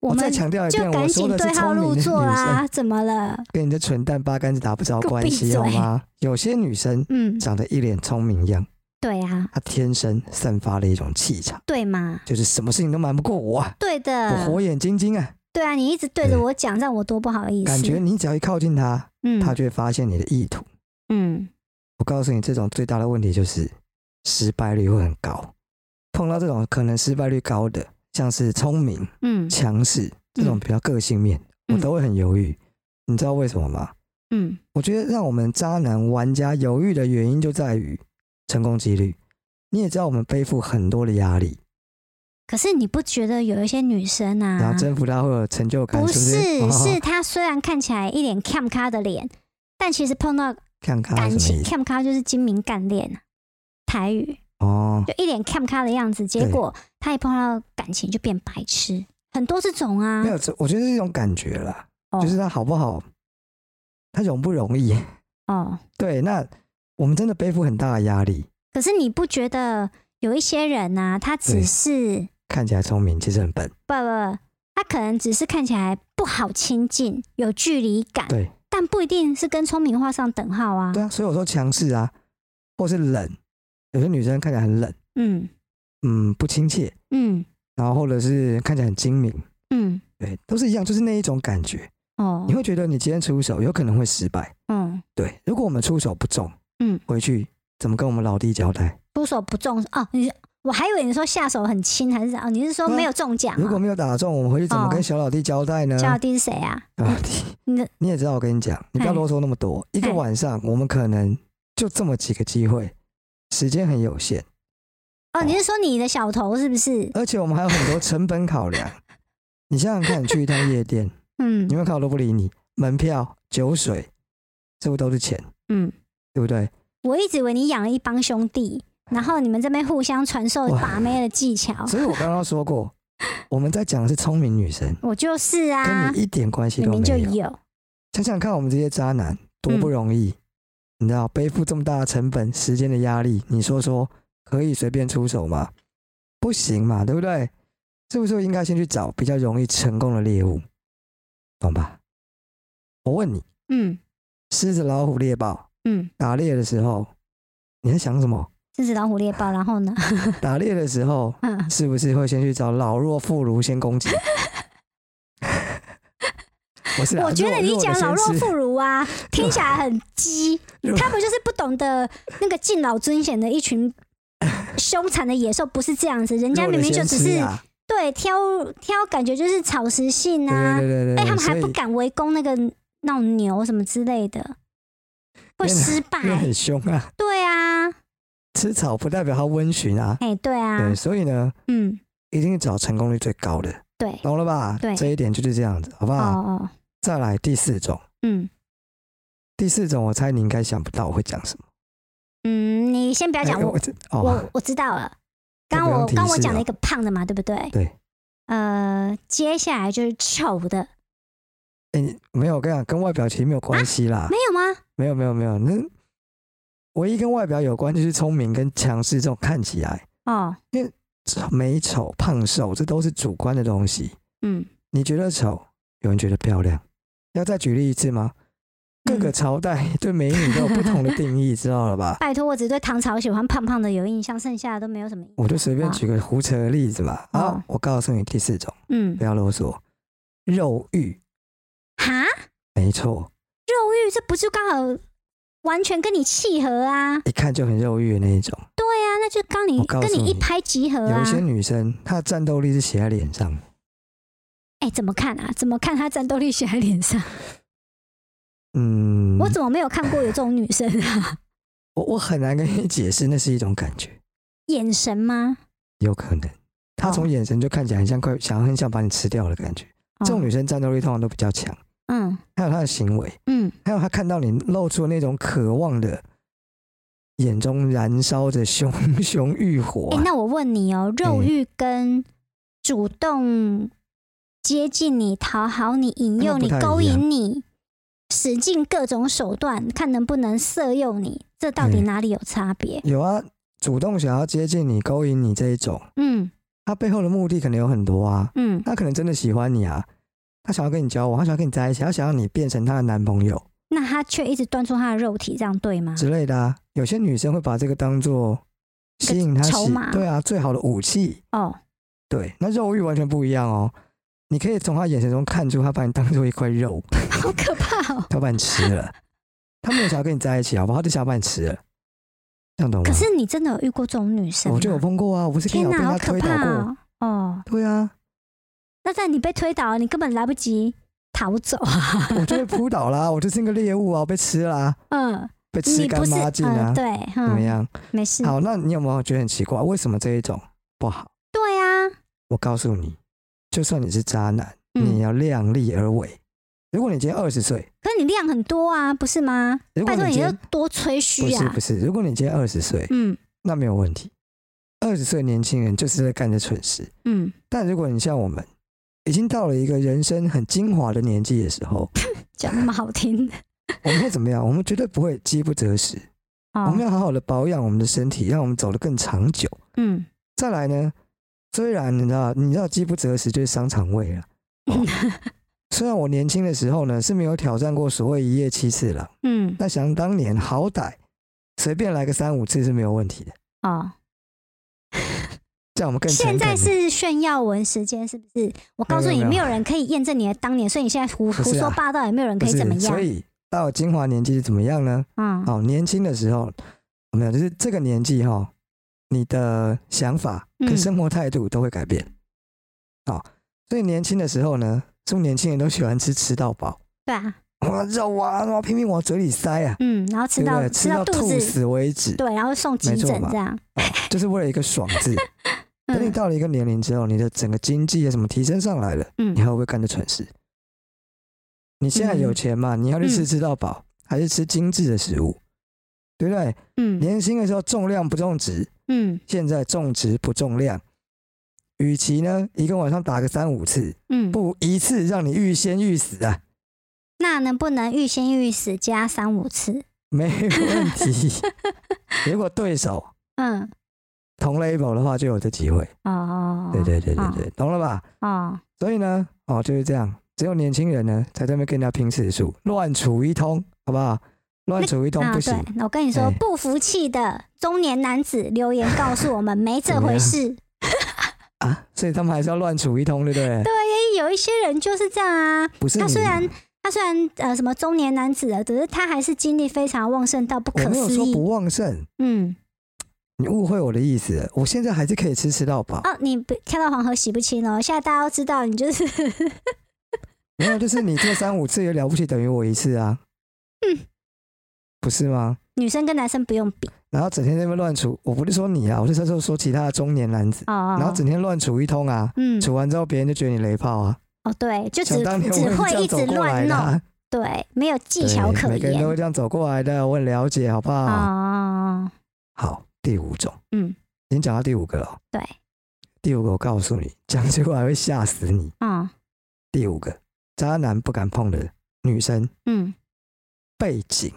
[SPEAKER 2] 我
[SPEAKER 1] 再
[SPEAKER 2] 们
[SPEAKER 1] 强调一遍
[SPEAKER 2] 就，
[SPEAKER 1] 我
[SPEAKER 2] 赶
[SPEAKER 1] 说
[SPEAKER 2] 紧
[SPEAKER 1] 的是
[SPEAKER 2] 对号
[SPEAKER 1] 聪明
[SPEAKER 2] 入
[SPEAKER 1] 的女
[SPEAKER 2] 座啊
[SPEAKER 1] 生
[SPEAKER 2] 啦，怎么了？
[SPEAKER 1] 跟你的蠢蛋八竿子打不着
[SPEAKER 2] 给我
[SPEAKER 1] 关
[SPEAKER 2] 闭
[SPEAKER 1] 系，好
[SPEAKER 2] 嘴
[SPEAKER 1] 吗？有些女生
[SPEAKER 2] 嗯，
[SPEAKER 1] 长得一脸聪明样，
[SPEAKER 2] 对啊，
[SPEAKER 1] 她天生散发了一种气场，
[SPEAKER 2] 对嘛，
[SPEAKER 1] 就是什么事情都瞒不过我啊，
[SPEAKER 2] 对
[SPEAKER 1] 我
[SPEAKER 2] 的，
[SPEAKER 1] 火眼金睛啊，
[SPEAKER 2] 对啊，你一直对
[SPEAKER 1] 对
[SPEAKER 2] 着我讲，让我多不好意思。
[SPEAKER 1] 感觉你只要一靠近她，
[SPEAKER 2] 嗯，
[SPEAKER 1] 她就会发现你的意图。
[SPEAKER 2] 嗯，
[SPEAKER 1] 我告诉你，这种最大的问题就是失败率会很高。碰到这种可能失败率高的，像是聪明、
[SPEAKER 2] 嗯
[SPEAKER 1] 强势这种
[SPEAKER 2] 嗯
[SPEAKER 1] 比较个性面，我
[SPEAKER 2] 嗯
[SPEAKER 1] 都会很犹豫。你知道为什么吗？
[SPEAKER 2] 嗯，
[SPEAKER 1] 我觉得让我们渣男玩家犹豫的原因就在于成功几率。你也知道，我们背负很多的压力，
[SPEAKER 2] 可是你不觉得有一些女生
[SPEAKER 1] 然
[SPEAKER 2] 啊
[SPEAKER 1] 后，征服她会有成就感，
[SPEAKER 2] 不
[SPEAKER 1] 是哦不
[SPEAKER 2] 是，
[SPEAKER 1] 是？
[SPEAKER 2] 是她虽然看起来一脸 cam 咖的脸，但其实碰到
[SPEAKER 1] 看看
[SPEAKER 2] 感
[SPEAKER 1] 什么
[SPEAKER 2] 情
[SPEAKER 1] 意思
[SPEAKER 2] cam 咖就是精明干练啊，台语
[SPEAKER 1] 哦，
[SPEAKER 2] 就一脸 cam 咖的样子，结果她一碰到感情就变白痴，很多这种啊
[SPEAKER 1] 没，有，这我觉得是一种感觉啦，
[SPEAKER 2] 哦
[SPEAKER 1] 就是他好不好，他容不容易。
[SPEAKER 2] 哦，
[SPEAKER 1] 对，那我们真的背负很大的压力，
[SPEAKER 2] 可是你不觉得有一些人啊，他
[SPEAKER 1] 对
[SPEAKER 2] 只是
[SPEAKER 1] 看起来聪明，其实很笨。
[SPEAKER 2] 不不，他呃可能只是看起来不好亲近，有距离感，
[SPEAKER 1] 对，
[SPEAKER 2] 但不一定是跟聪明画上等号啊。
[SPEAKER 1] 对啊，所以我说强势啊，或是冷，有些女生看起来很冷，
[SPEAKER 2] 嗯
[SPEAKER 1] 嗯，不亲切，
[SPEAKER 2] 嗯
[SPEAKER 1] 然后或者是看起来很精明，
[SPEAKER 2] 嗯，
[SPEAKER 1] 对，都是一样，就是那一种感觉。
[SPEAKER 2] 哦
[SPEAKER 1] 你，会觉得你今天出手有可能会失败，
[SPEAKER 2] 嗯，
[SPEAKER 1] 对。如果我们出手不中，
[SPEAKER 2] 嗯，
[SPEAKER 1] 回去怎么跟我们老弟交代？
[SPEAKER 2] 出手不中哦，你我还以为你说下手很轻，还是哦，你是说
[SPEAKER 1] 对啊
[SPEAKER 2] 没有中奖、
[SPEAKER 1] 如果
[SPEAKER 2] 啊？
[SPEAKER 1] 没有打中，我们回去怎么跟小老弟交代呢？
[SPEAKER 2] 小老弟是谁啊？
[SPEAKER 1] 小老 弟，
[SPEAKER 2] 你的
[SPEAKER 1] 你也知道，我跟你讲，你不要
[SPEAKER 2] 哎
[SPEAKER 1] 啰嗦那么多。一个
[SPEAKER 2] 哎
[SPEAKER 1] 晚上，我们可能就这么几个机会，时间很有限，
[SPEAKER 2] 哦，你是说你的小头是不是？
[SPEAKER 1] 而且我们还有很多成本考量。你想想看，你去一趟夜店，
[SPEAKER 2] 嗯
[SPEAKER 1] 你会看我都不理你，门票、酒水，这不都是钱，
[SPEAKER 2] 嗯，
[SPEAKER 1] 对不对？
[SPEAKER 2] 我一直以为你养了一帮兄弟，然后你们这边互相传授
[SPEAKER 1] 哇
[SPEAKER 2] 把妹的技巧，
[SPEAKER 1] 所以我刚刚说过，我们在讲的是聪明女生，
[SPEAKER 2] 我就是啊
[SPEAKER 1] 跟你，一点关系
[SPEAKER 2] 明
[SPEAKER 1] 都
[SPEAKER 2] 明就
[SPEAKER 1] 没有。
[SPEAKER 2] 有。
[SPEAKER 1] 想想看，我们这些渣男多
[SPEAKER 2] 嗯
[SPEAKER 1] 不容易，你知道背负这么大的成本、时间的压力，你说说可以随便出手吗？不行嘛，对不对？是不是应该先去找比较容易成功的猎物？懂吧？我问你，
[SPEAKER 2] 嗯
[SPEAKER 1] 狮子、老虎、猎豹
[SPEAKER 2] 嗯，
[SPEAKER 1] 打猎的时候，你在想什么？
[SPEAKER 2] 狮子、老虎、猎豹，然后呢？
[SPEAKER 1] 打猎的时候
[SPEAKER 2] 嗯，
[SPEAKER 1] 是不是会先去找老弱妇孺先攻击？ 我是啦
[SPEAKER 2] 我觉得
[SPEAKER 1] 弱
[SPEAKER 2] 你
[SPEAKER 1] 啊弱的
[SPEAKER 2] 讲
[SPEAKER 1] 先
[SPEAKER 2] 老弱
[SPEAKER 1] 吃啊
[SPEAKER 2] 妇孺 啊，听起来很鸡
[SPEAKER 1] 弱，
[SPEAKER 2] 他们就是不懂得那个敬老尊贤的一群凶残的野兽，不是这样子。人家
[SPEAKER 1] 弱的
[SPEAKER 2] 明明就
[SPEAKER 1] 先
[SPEAKER 2] 只
[SPEAKER 1] 吃
[SPEAKER 2] 是
[SPEAKER 1] 啊
[SPEAKER 2] 对挑挑，感觉就是草食性啊
[SPEAKER 1] 对，对对对对，
[SPEAKER 2] 哎，他们
[SPEAKER 1] 所
[SPEAKER 2] 还
[SPEAKER 1] 以
[SPEAKER 2] 不敢围攻那个那种牛什么之类的，会
[SPEAKER 1] 因为
[SPEAKER 2] 失 败
[SPEAKER 1] 因。为很凶啊，
[SPEAKER 2] 对啊，
[SPEAKER 1] 吃草不代表它温驯啊，
[SPEAKER 2] 哎，对啊
[SPEAKER 1] 对，，所以呢，
[SPEAKER 2] 嗯，
[SPEAKER 1] 一定找成功率最高的，
[SPEAKER 2] 对，
[SPEAKER 1] 懂了吧？
[SPEAKER 2] 对
[SPEAKER 1] 这一点就是这样子，好不
[SPEAKER 2] 哦
[SPEAKER 1] 好？
[SPEAKER 2] 哦，
[SPEAKER 1] 再来第四种，
[SPEAKER 2] 嗯
[SPEAKER 1] 第四种我猜你应该想不到我会讲什么，
[SPEAKER 2] 嗯，你先不要
[SPEAKER 1] 哎
[SPEAKER 2] 讲
[SPEAKER 1] 哎
[SPEAKER 2] 我
[SPEAKER 1] 我，这哦，
[SPEAKER 2] 我我知道了。
[SPEAKER 1] 那
[SPEAKER 2] 刚
[SPEAKER 1] 不用
[SPEAKER 2] 我
[SPEAKER 1] 提
[SPEAKER 2] 刚我
[SPEAKER 1] 示
[SPEAKER 2] 讲了
[SPEAKER 1] 哦
[SPEAKER 2] 一个胖的嘛，对不对？
[SPEAKER 1] 对。
[SPEAKER 2] 呃，接下来就是丑的，
[SPEAKER 1] 哎，你没有，我跟你讲，跟外表其实没有关系啦，
[SPEAKER 2] 没有吗？
[SPEAKER 1] 没有没有没有，那唯一跟外表有关就是聪明跟强势这种看起来
[SPEAKER 2] 哦，
[SPEAKER 1] 美丑胖瘦，这都是主观的东西。
[SPEAKER 2] 嗯，
[SPEAKER 1] 你觉得丑，有人觉得漂亮。要再举例一次吗？各个
[SPEAKER 2] 嗯
[SPEAKER 1] 朝代 对美女都有不 同的定义，知道了吧？
[SPEAKER 2] 拜托，我只对唐朝喜欢胖胖的有印象，剩下的都没有什么印象。
[SPEAKER 1] 我就随便举个胡扯的例子嘛。好
[SPEAKER 2] 哦，
[SPEAKER 1] 我告诉你第四种，
[SPEAKER 2] 嗯
[SPEAKER 1] 不，要啰嗦。肉欲，
[SPEAKER 2] 哈，
[SPEAKER 1] 没错，
[SPEAKER 2] 肉欲这不就刚好完全跟你契合啊？
[SPEAKER 1] 一看就很肉欲的那一种。
[SPEAKER 2] 对啊，那就刚
[SPEAKER 1] 我
[SPEAKER 2] 你
[SPEAKER 1] 告
[SPEAKER 2] 跟
[SPEAKER 1] 诉
[SPEAKER 2] 你一
[SPEAKER 1] 你
[SPEAKER 2] 拍即合
[SPEAKER 1] 有
[SPEAKER 2] 啊
[SPEAKER 1] 一！些女生，她的战斗力是写在脸上的。
[SPEAKER 2] 哎、怎么看啊？怎么看她战斗力写在脸上？
[SPEAKER 1] 嗯，
[SPEAKER 2] 我怎么没有看过有这种女生啊？
[SPEAKER 1] 我我很难跟你解释，那是一种感觉，
[SPEAKER 2] 眼神吗？
[SPEAKER 1] 有可能。她
[SPEAKER 2] 哦
[SPEAKER 1] 从眼神就看起来很像快想很想把你吃掉的感觉。
[SPEAKER 2] 哦
[SPEAKER 1] 这种女生战斗力通常都比较强，
[SPEAKER 2] 嗯
[SPEAKER 1] 还有她的行为。
[SPEAKER 2] 嗯
[SPEAKER 1] 还有他看到你露出那种渴望的眼中燃烧着熊熊欲火
[SPEAKER 2] 哎、
[SPEAKER 1] 啊、
[SPEAKER 2] 那我问你哦，肉
[SPEAKER 1] 哎
[SPEAKER 2] 欲跟主动接近你、讨好你、引
[SPEAKER 1] 那
[SPEAKER 2] 诱
[SPEAKER 1] 不
[SPEAKER 2] 你、
[SPEAKER 1] 太
[SPEAKER 2] 勾
[SPEAKER 1] 一样
[SPEAKER 2] 引你，使尽各种手段，看能不能色诱你，这到底
[SPEAKER 1] 哎
[SPEAKER 2] 哪里有差别？
[SPEAKER 1] 有啊，主动想要接近你、勾引你这一种，
[SPEAKER 2] 嗯，
[SPEAKER 1] 他背后的目的可能有很多啊，
[SPEAKER 2] 嗯
[SPEAKER 1] 他可能真的喜欢你啊，他想要跟你交往，他想要跟你在一起，他想要你变成他的男朋友
[SPEAKER 2] 那他却一直端出他的肉体，这样对吗？
[SPEAKER 1] 之类的啊。有些女生会把这个当做吸引他
[SPEAKER 2] 筹
[SPEAKER 1] 喜
[SPEAKER 2] 码，
[SPEAKER 1] 对啊，最好的武器。
[SPEAKER 2] 哦，
[SPEAKER 1] 对，那肉欲完全不一样哦。你可以从他眼神中看出，他把你当做一块肉，
[SPEAKER 2] 好可怕哦！
[SPEAKER 1] 他把你吃 了。他没有想要跟你在一起，好不好？他就想要把你吃了，这样懂吗？
[SPEAKER 2] 可是你真的有遇过这种女生吗？
[SPEAKER 1] 我就有碰过啊，我不是跟你
[SPEAKER 2] 天
[SPEAKER 1] 讲被
[SPEAKER 2] 哪，好
[SPEAKER 1] 他
[SPEAKER 2] 可
[SPEAKER 1] 推倒
[SPEAKER 2] 怕
[SPEAKER 1] 过？
[SPEAKER 2] 哦！哦，
[SPEAKER 1] 对啊，
[SPEAKER 2] 那在你被推倒，你根本来不及逃走啊！
[SPEAKER 1] 我就被扑倒啦， 我就是个猎物啊，我被吃啦、
[SPEAKER 2] 嗯，
[SPEAKER 1] 被吃
[SPEAKER 2] 你
[SPEAKER 1] 干
[SPEAKER 2] 不是
[SPEAKER 1] 抹净啊
[SPEAKER 2] 嗯，，对，
[SPEAKER 1] 怎么
[SPEAKER 2] 嗯，
[SPEAKER 1] 样？
[SPEAKER 2] 没事。
[SPEAKER 1] 好，那你有没有觉得很奇怪？为什么这一种不好？
[SPEAKER 2] 对啊，
[SPEAKER 1] 我告诉你，就算你是渣男，你也
[SPEAKER 2] 嗯，
[SPEAKER 1] 要量力而为。如果你今天二十岁，
[SPEAKER 2] 可是你量很多啊，不是吗？
[SPEAKER 1] 如果
[SPEAKER 2] 拜托
[SPEAKER 1] 你
[SPEAKER 2] 你
[SPEAKER 1] 今
[SPEAKER 2] 要
[SPEAKER 1] 天
[SPEAKER 2] 多吹
[SPEAKER 1] 不
[SPEAKER 2] 嘘
[SPEAKER 1] 是
[SPEAKER 2] 啊
[SPEAKER 1] 不！是，如果你今天二十岁，
[SPEAKER 2] 嗯
[SPEAKER 1] 那没有问题。二十岁年轻人就是在干着蠢事，
[SPEAKER 2] 嗯，
[SPEAKER 1] 但如果你像我们，已经到了一个人生很精华的年纪的时 候，
[SPEAKER 2] 讲那么好听
[SPEAKER 1] 我们会怎么样？我们绝对不会饥不择食，我
[SPEAKER 2] 哦
[SPEAKER 1] 们，要好好的保养我们的身体，让我们走得更长久。
[SPEAKER 2] 嗯，
[SPEAKER 1] 再来呢，虽然你知道，你知道饥不择食就是伤肠胃了。哦虽然我年轻的时候呢是没有挑战过所谓一夜七次郎，
[SPEAKER 2] 嗯
[SPEAKER 1] 但想当年好歹随便来个三五次是没有问题的。
[SPEAKER 2] 哦，
[SPEAKER 1] 这样我们更
[SPEAKER 2] 现
[SPEAKER 1] 诚
[SPEAKER 2] 在
[SPEAKER 1] 恳了。
[SPEAKER 2] 是炫耀文时间，是不是？我告诉
[SPEAKER 1] 没
[SPEAKER 2] 你，
[SPEAKER 1] 有没有
[SPEAKER 2] 没有人可以验证你的当年，所以你现在胡
[SPEAKER 1] 不是啊
[SPEAKER 2] 胡说八道，也没有人
[SPEAKER 1] 不
[SPEAKER 2] 可以怎么
[SPEAKER 1] 是，
[SPEAKER 2] 样
[SPEAKER 1] 所。以到了精华年纪是怎么样呢？
[SPEAKER 2] 嗯，
[SPEAKER 1] 哦，年轻的时候没有，就是这个年纪哈、你的想法跟
[SPEAKER 2] 嗯
[SPEAKER 1] 生活态度都会改变。哦，所以年轻的时候呢，是不是年轻人都喜欢吃吃到饱？
[SPEAKER 2] 对啊，
[SPEAKER 1] 哇肉啊，然后拼命往嘴里塞啊，
[SPEAKER 2] 嗯，然后吃
[SPEAKER 1] 对不
[SPEAKER 2] 到
[SPEAKER 1] 对？吃到
[SPEAKER 2] 肚
[SPEAKER 1] 吐
[SPEAKER 2] 子，
[SPEAKER 1] 死为止，
[SPEAKER 2] 对，然后送急
[SPEAKER 1] 没错
[SPEAKER 2] 诊
[SPEAKER 1] 嘛
[SPEAKER 2] 这样。
[SPEAKER 1] 啊就是为了一个爽 字。等你
[SPEAKER 2] 嗯
[SPEAKER 1] 到了一个年龄之后，你的整个经济啊什么提升上来了，
[SPEAKER 2] 嗯
[SPEAKER 1] 你还会不会干这蠢事？你现在有
[SPEAKER 2] 嗯
[SPEAKER 1] 钱嘛？你要去吃
[SPEAKER 2] 嗯
[SPEAKER 1] 吃到饱，还是吃精致的食物？对不对？
[SPEAKER 2] 嗯
[SPEAKER 1] 年轻的时候重量不重质，
[SPEAKER 2] 嗯
[SPEAKER 1] 现在重质不重量。与其呢一个晚上打个三五 次，
[SPEAKER 2] 嗯，
[SPEAKER 1] 不如一次让你欲仙欲死啊，
[SPEAKER 2] 那能不能欲仙欲死加三五次？
[SPEAKER 1] 没问 题。如果对手
[SPEAKER 2] 嗯，
[SPEAKER 1] 同 label 的话，就有这机会。
[SPEAKER 2] 哦，
[SPEAKER 1] 对对对对对，懂了吧？
[SPEAKER 2] 哦，
[SPEAKER 1] 所以呢，哦，就是这样。只有年轻人呢，才在那边跟人家拼次数，乱处一通，好不好？乱处一通
[SPEAKER 2] 啊，
[SPEAKER 1] 不行
[SPEAKER 2] 对，，那我跟你说
[SPEAKER 1] 哎，
[SPEAKER 2] 不服气的中年男子留言告诉我们，没这回事。
[SPEAKER 1] 啊，所以他们还是要乱处一通，对不对？
[SPEAKER 2] 因为哎有一些人就是这样啊，
[SPEAKER 1] 不是
[SPEAKER 2] 他
[SPEAKER 1] 你
[SPEAKER 2] 虽，然他虽然呃什么中年男子啊了，只是他还是精力非常旺盛到不
[SPEAKER 1] 我
[SPEAKER 2] 可
[SPEAKER 1] 没有
[SPEAKER 2] 思
[SPEAKER 1] 说
[SPEAKER 2] 议。
[SPEAKER 1] 不旺盛，
[SPEAKER 2] 嗯，
[SPEAKER 1] 你误会我的意思了。我现在还是可以吃吃到饱，
[SPEAKER 2] 哦，你不跳到黄河洗不清哦。现在大家都知道，你就是
[SPEAKER 1] 没有，就是你做三五次也了不起，等于我一次啊，
[SPEAKER 2] 嗯，
[SPEAKER 1] 不是吗？
[SPEAKER 2] 女生跟男生不用比
[SPEAKER 1] 然后整天在那边乱处，我不是说你啊，我是在说说其他的中年男子，
[SPEAKER 2] 哦哦。
[SPEAKER 1] 然后整天乱处一通啊，
[SPEAKER 2] 嗯，
[SPEAKER 1] 处完之后别人就觉得你雷炮啊，
[SPEAKER 2] 哦对，就只
[SPEAKER 1] 想当年我
[SPEAKER 2] 只
[SPEAKER 1] 也是这
[SPEAKER 2] 会
[SPEAKER 1] 样
[SPEAKER 2] 一
[SPEAKER 1] 走
[SPEAKER 2] 直
[SPEAKER 1] 过来
[SPEAKER 2] 乱
[SPEAKER 1] 的
[SPEAKER 2] 弄，
[SPEAKER 1] 啊。
[SPEAKER 2] 对，没有技巧
[SPEAKER 1] 对
[SPEAKER 2] 可
[SPEAKER 1] 每个人都
[SPEAKER 2] 言。
[SPEAKER 1] 会这样走过来的，我很了解，好不好？
[SPEAKER 2] 哦，
[SPEAKER 1] 好，第五种，
[SPEAKER 2] 嗯，
[SPEAKER 1] 已经讲到第五个了哦。
[SPEAKER 2] 对，
[SPEAKER 1] 第五个我告诉你，讲出来会吓死你。
[SPEAKER 2] 哦，
[SPEAKER 1] 第五个，渣男不敢碰的女生
[SPEAKER 2] 嗯，
[SPEAKER 1] 背景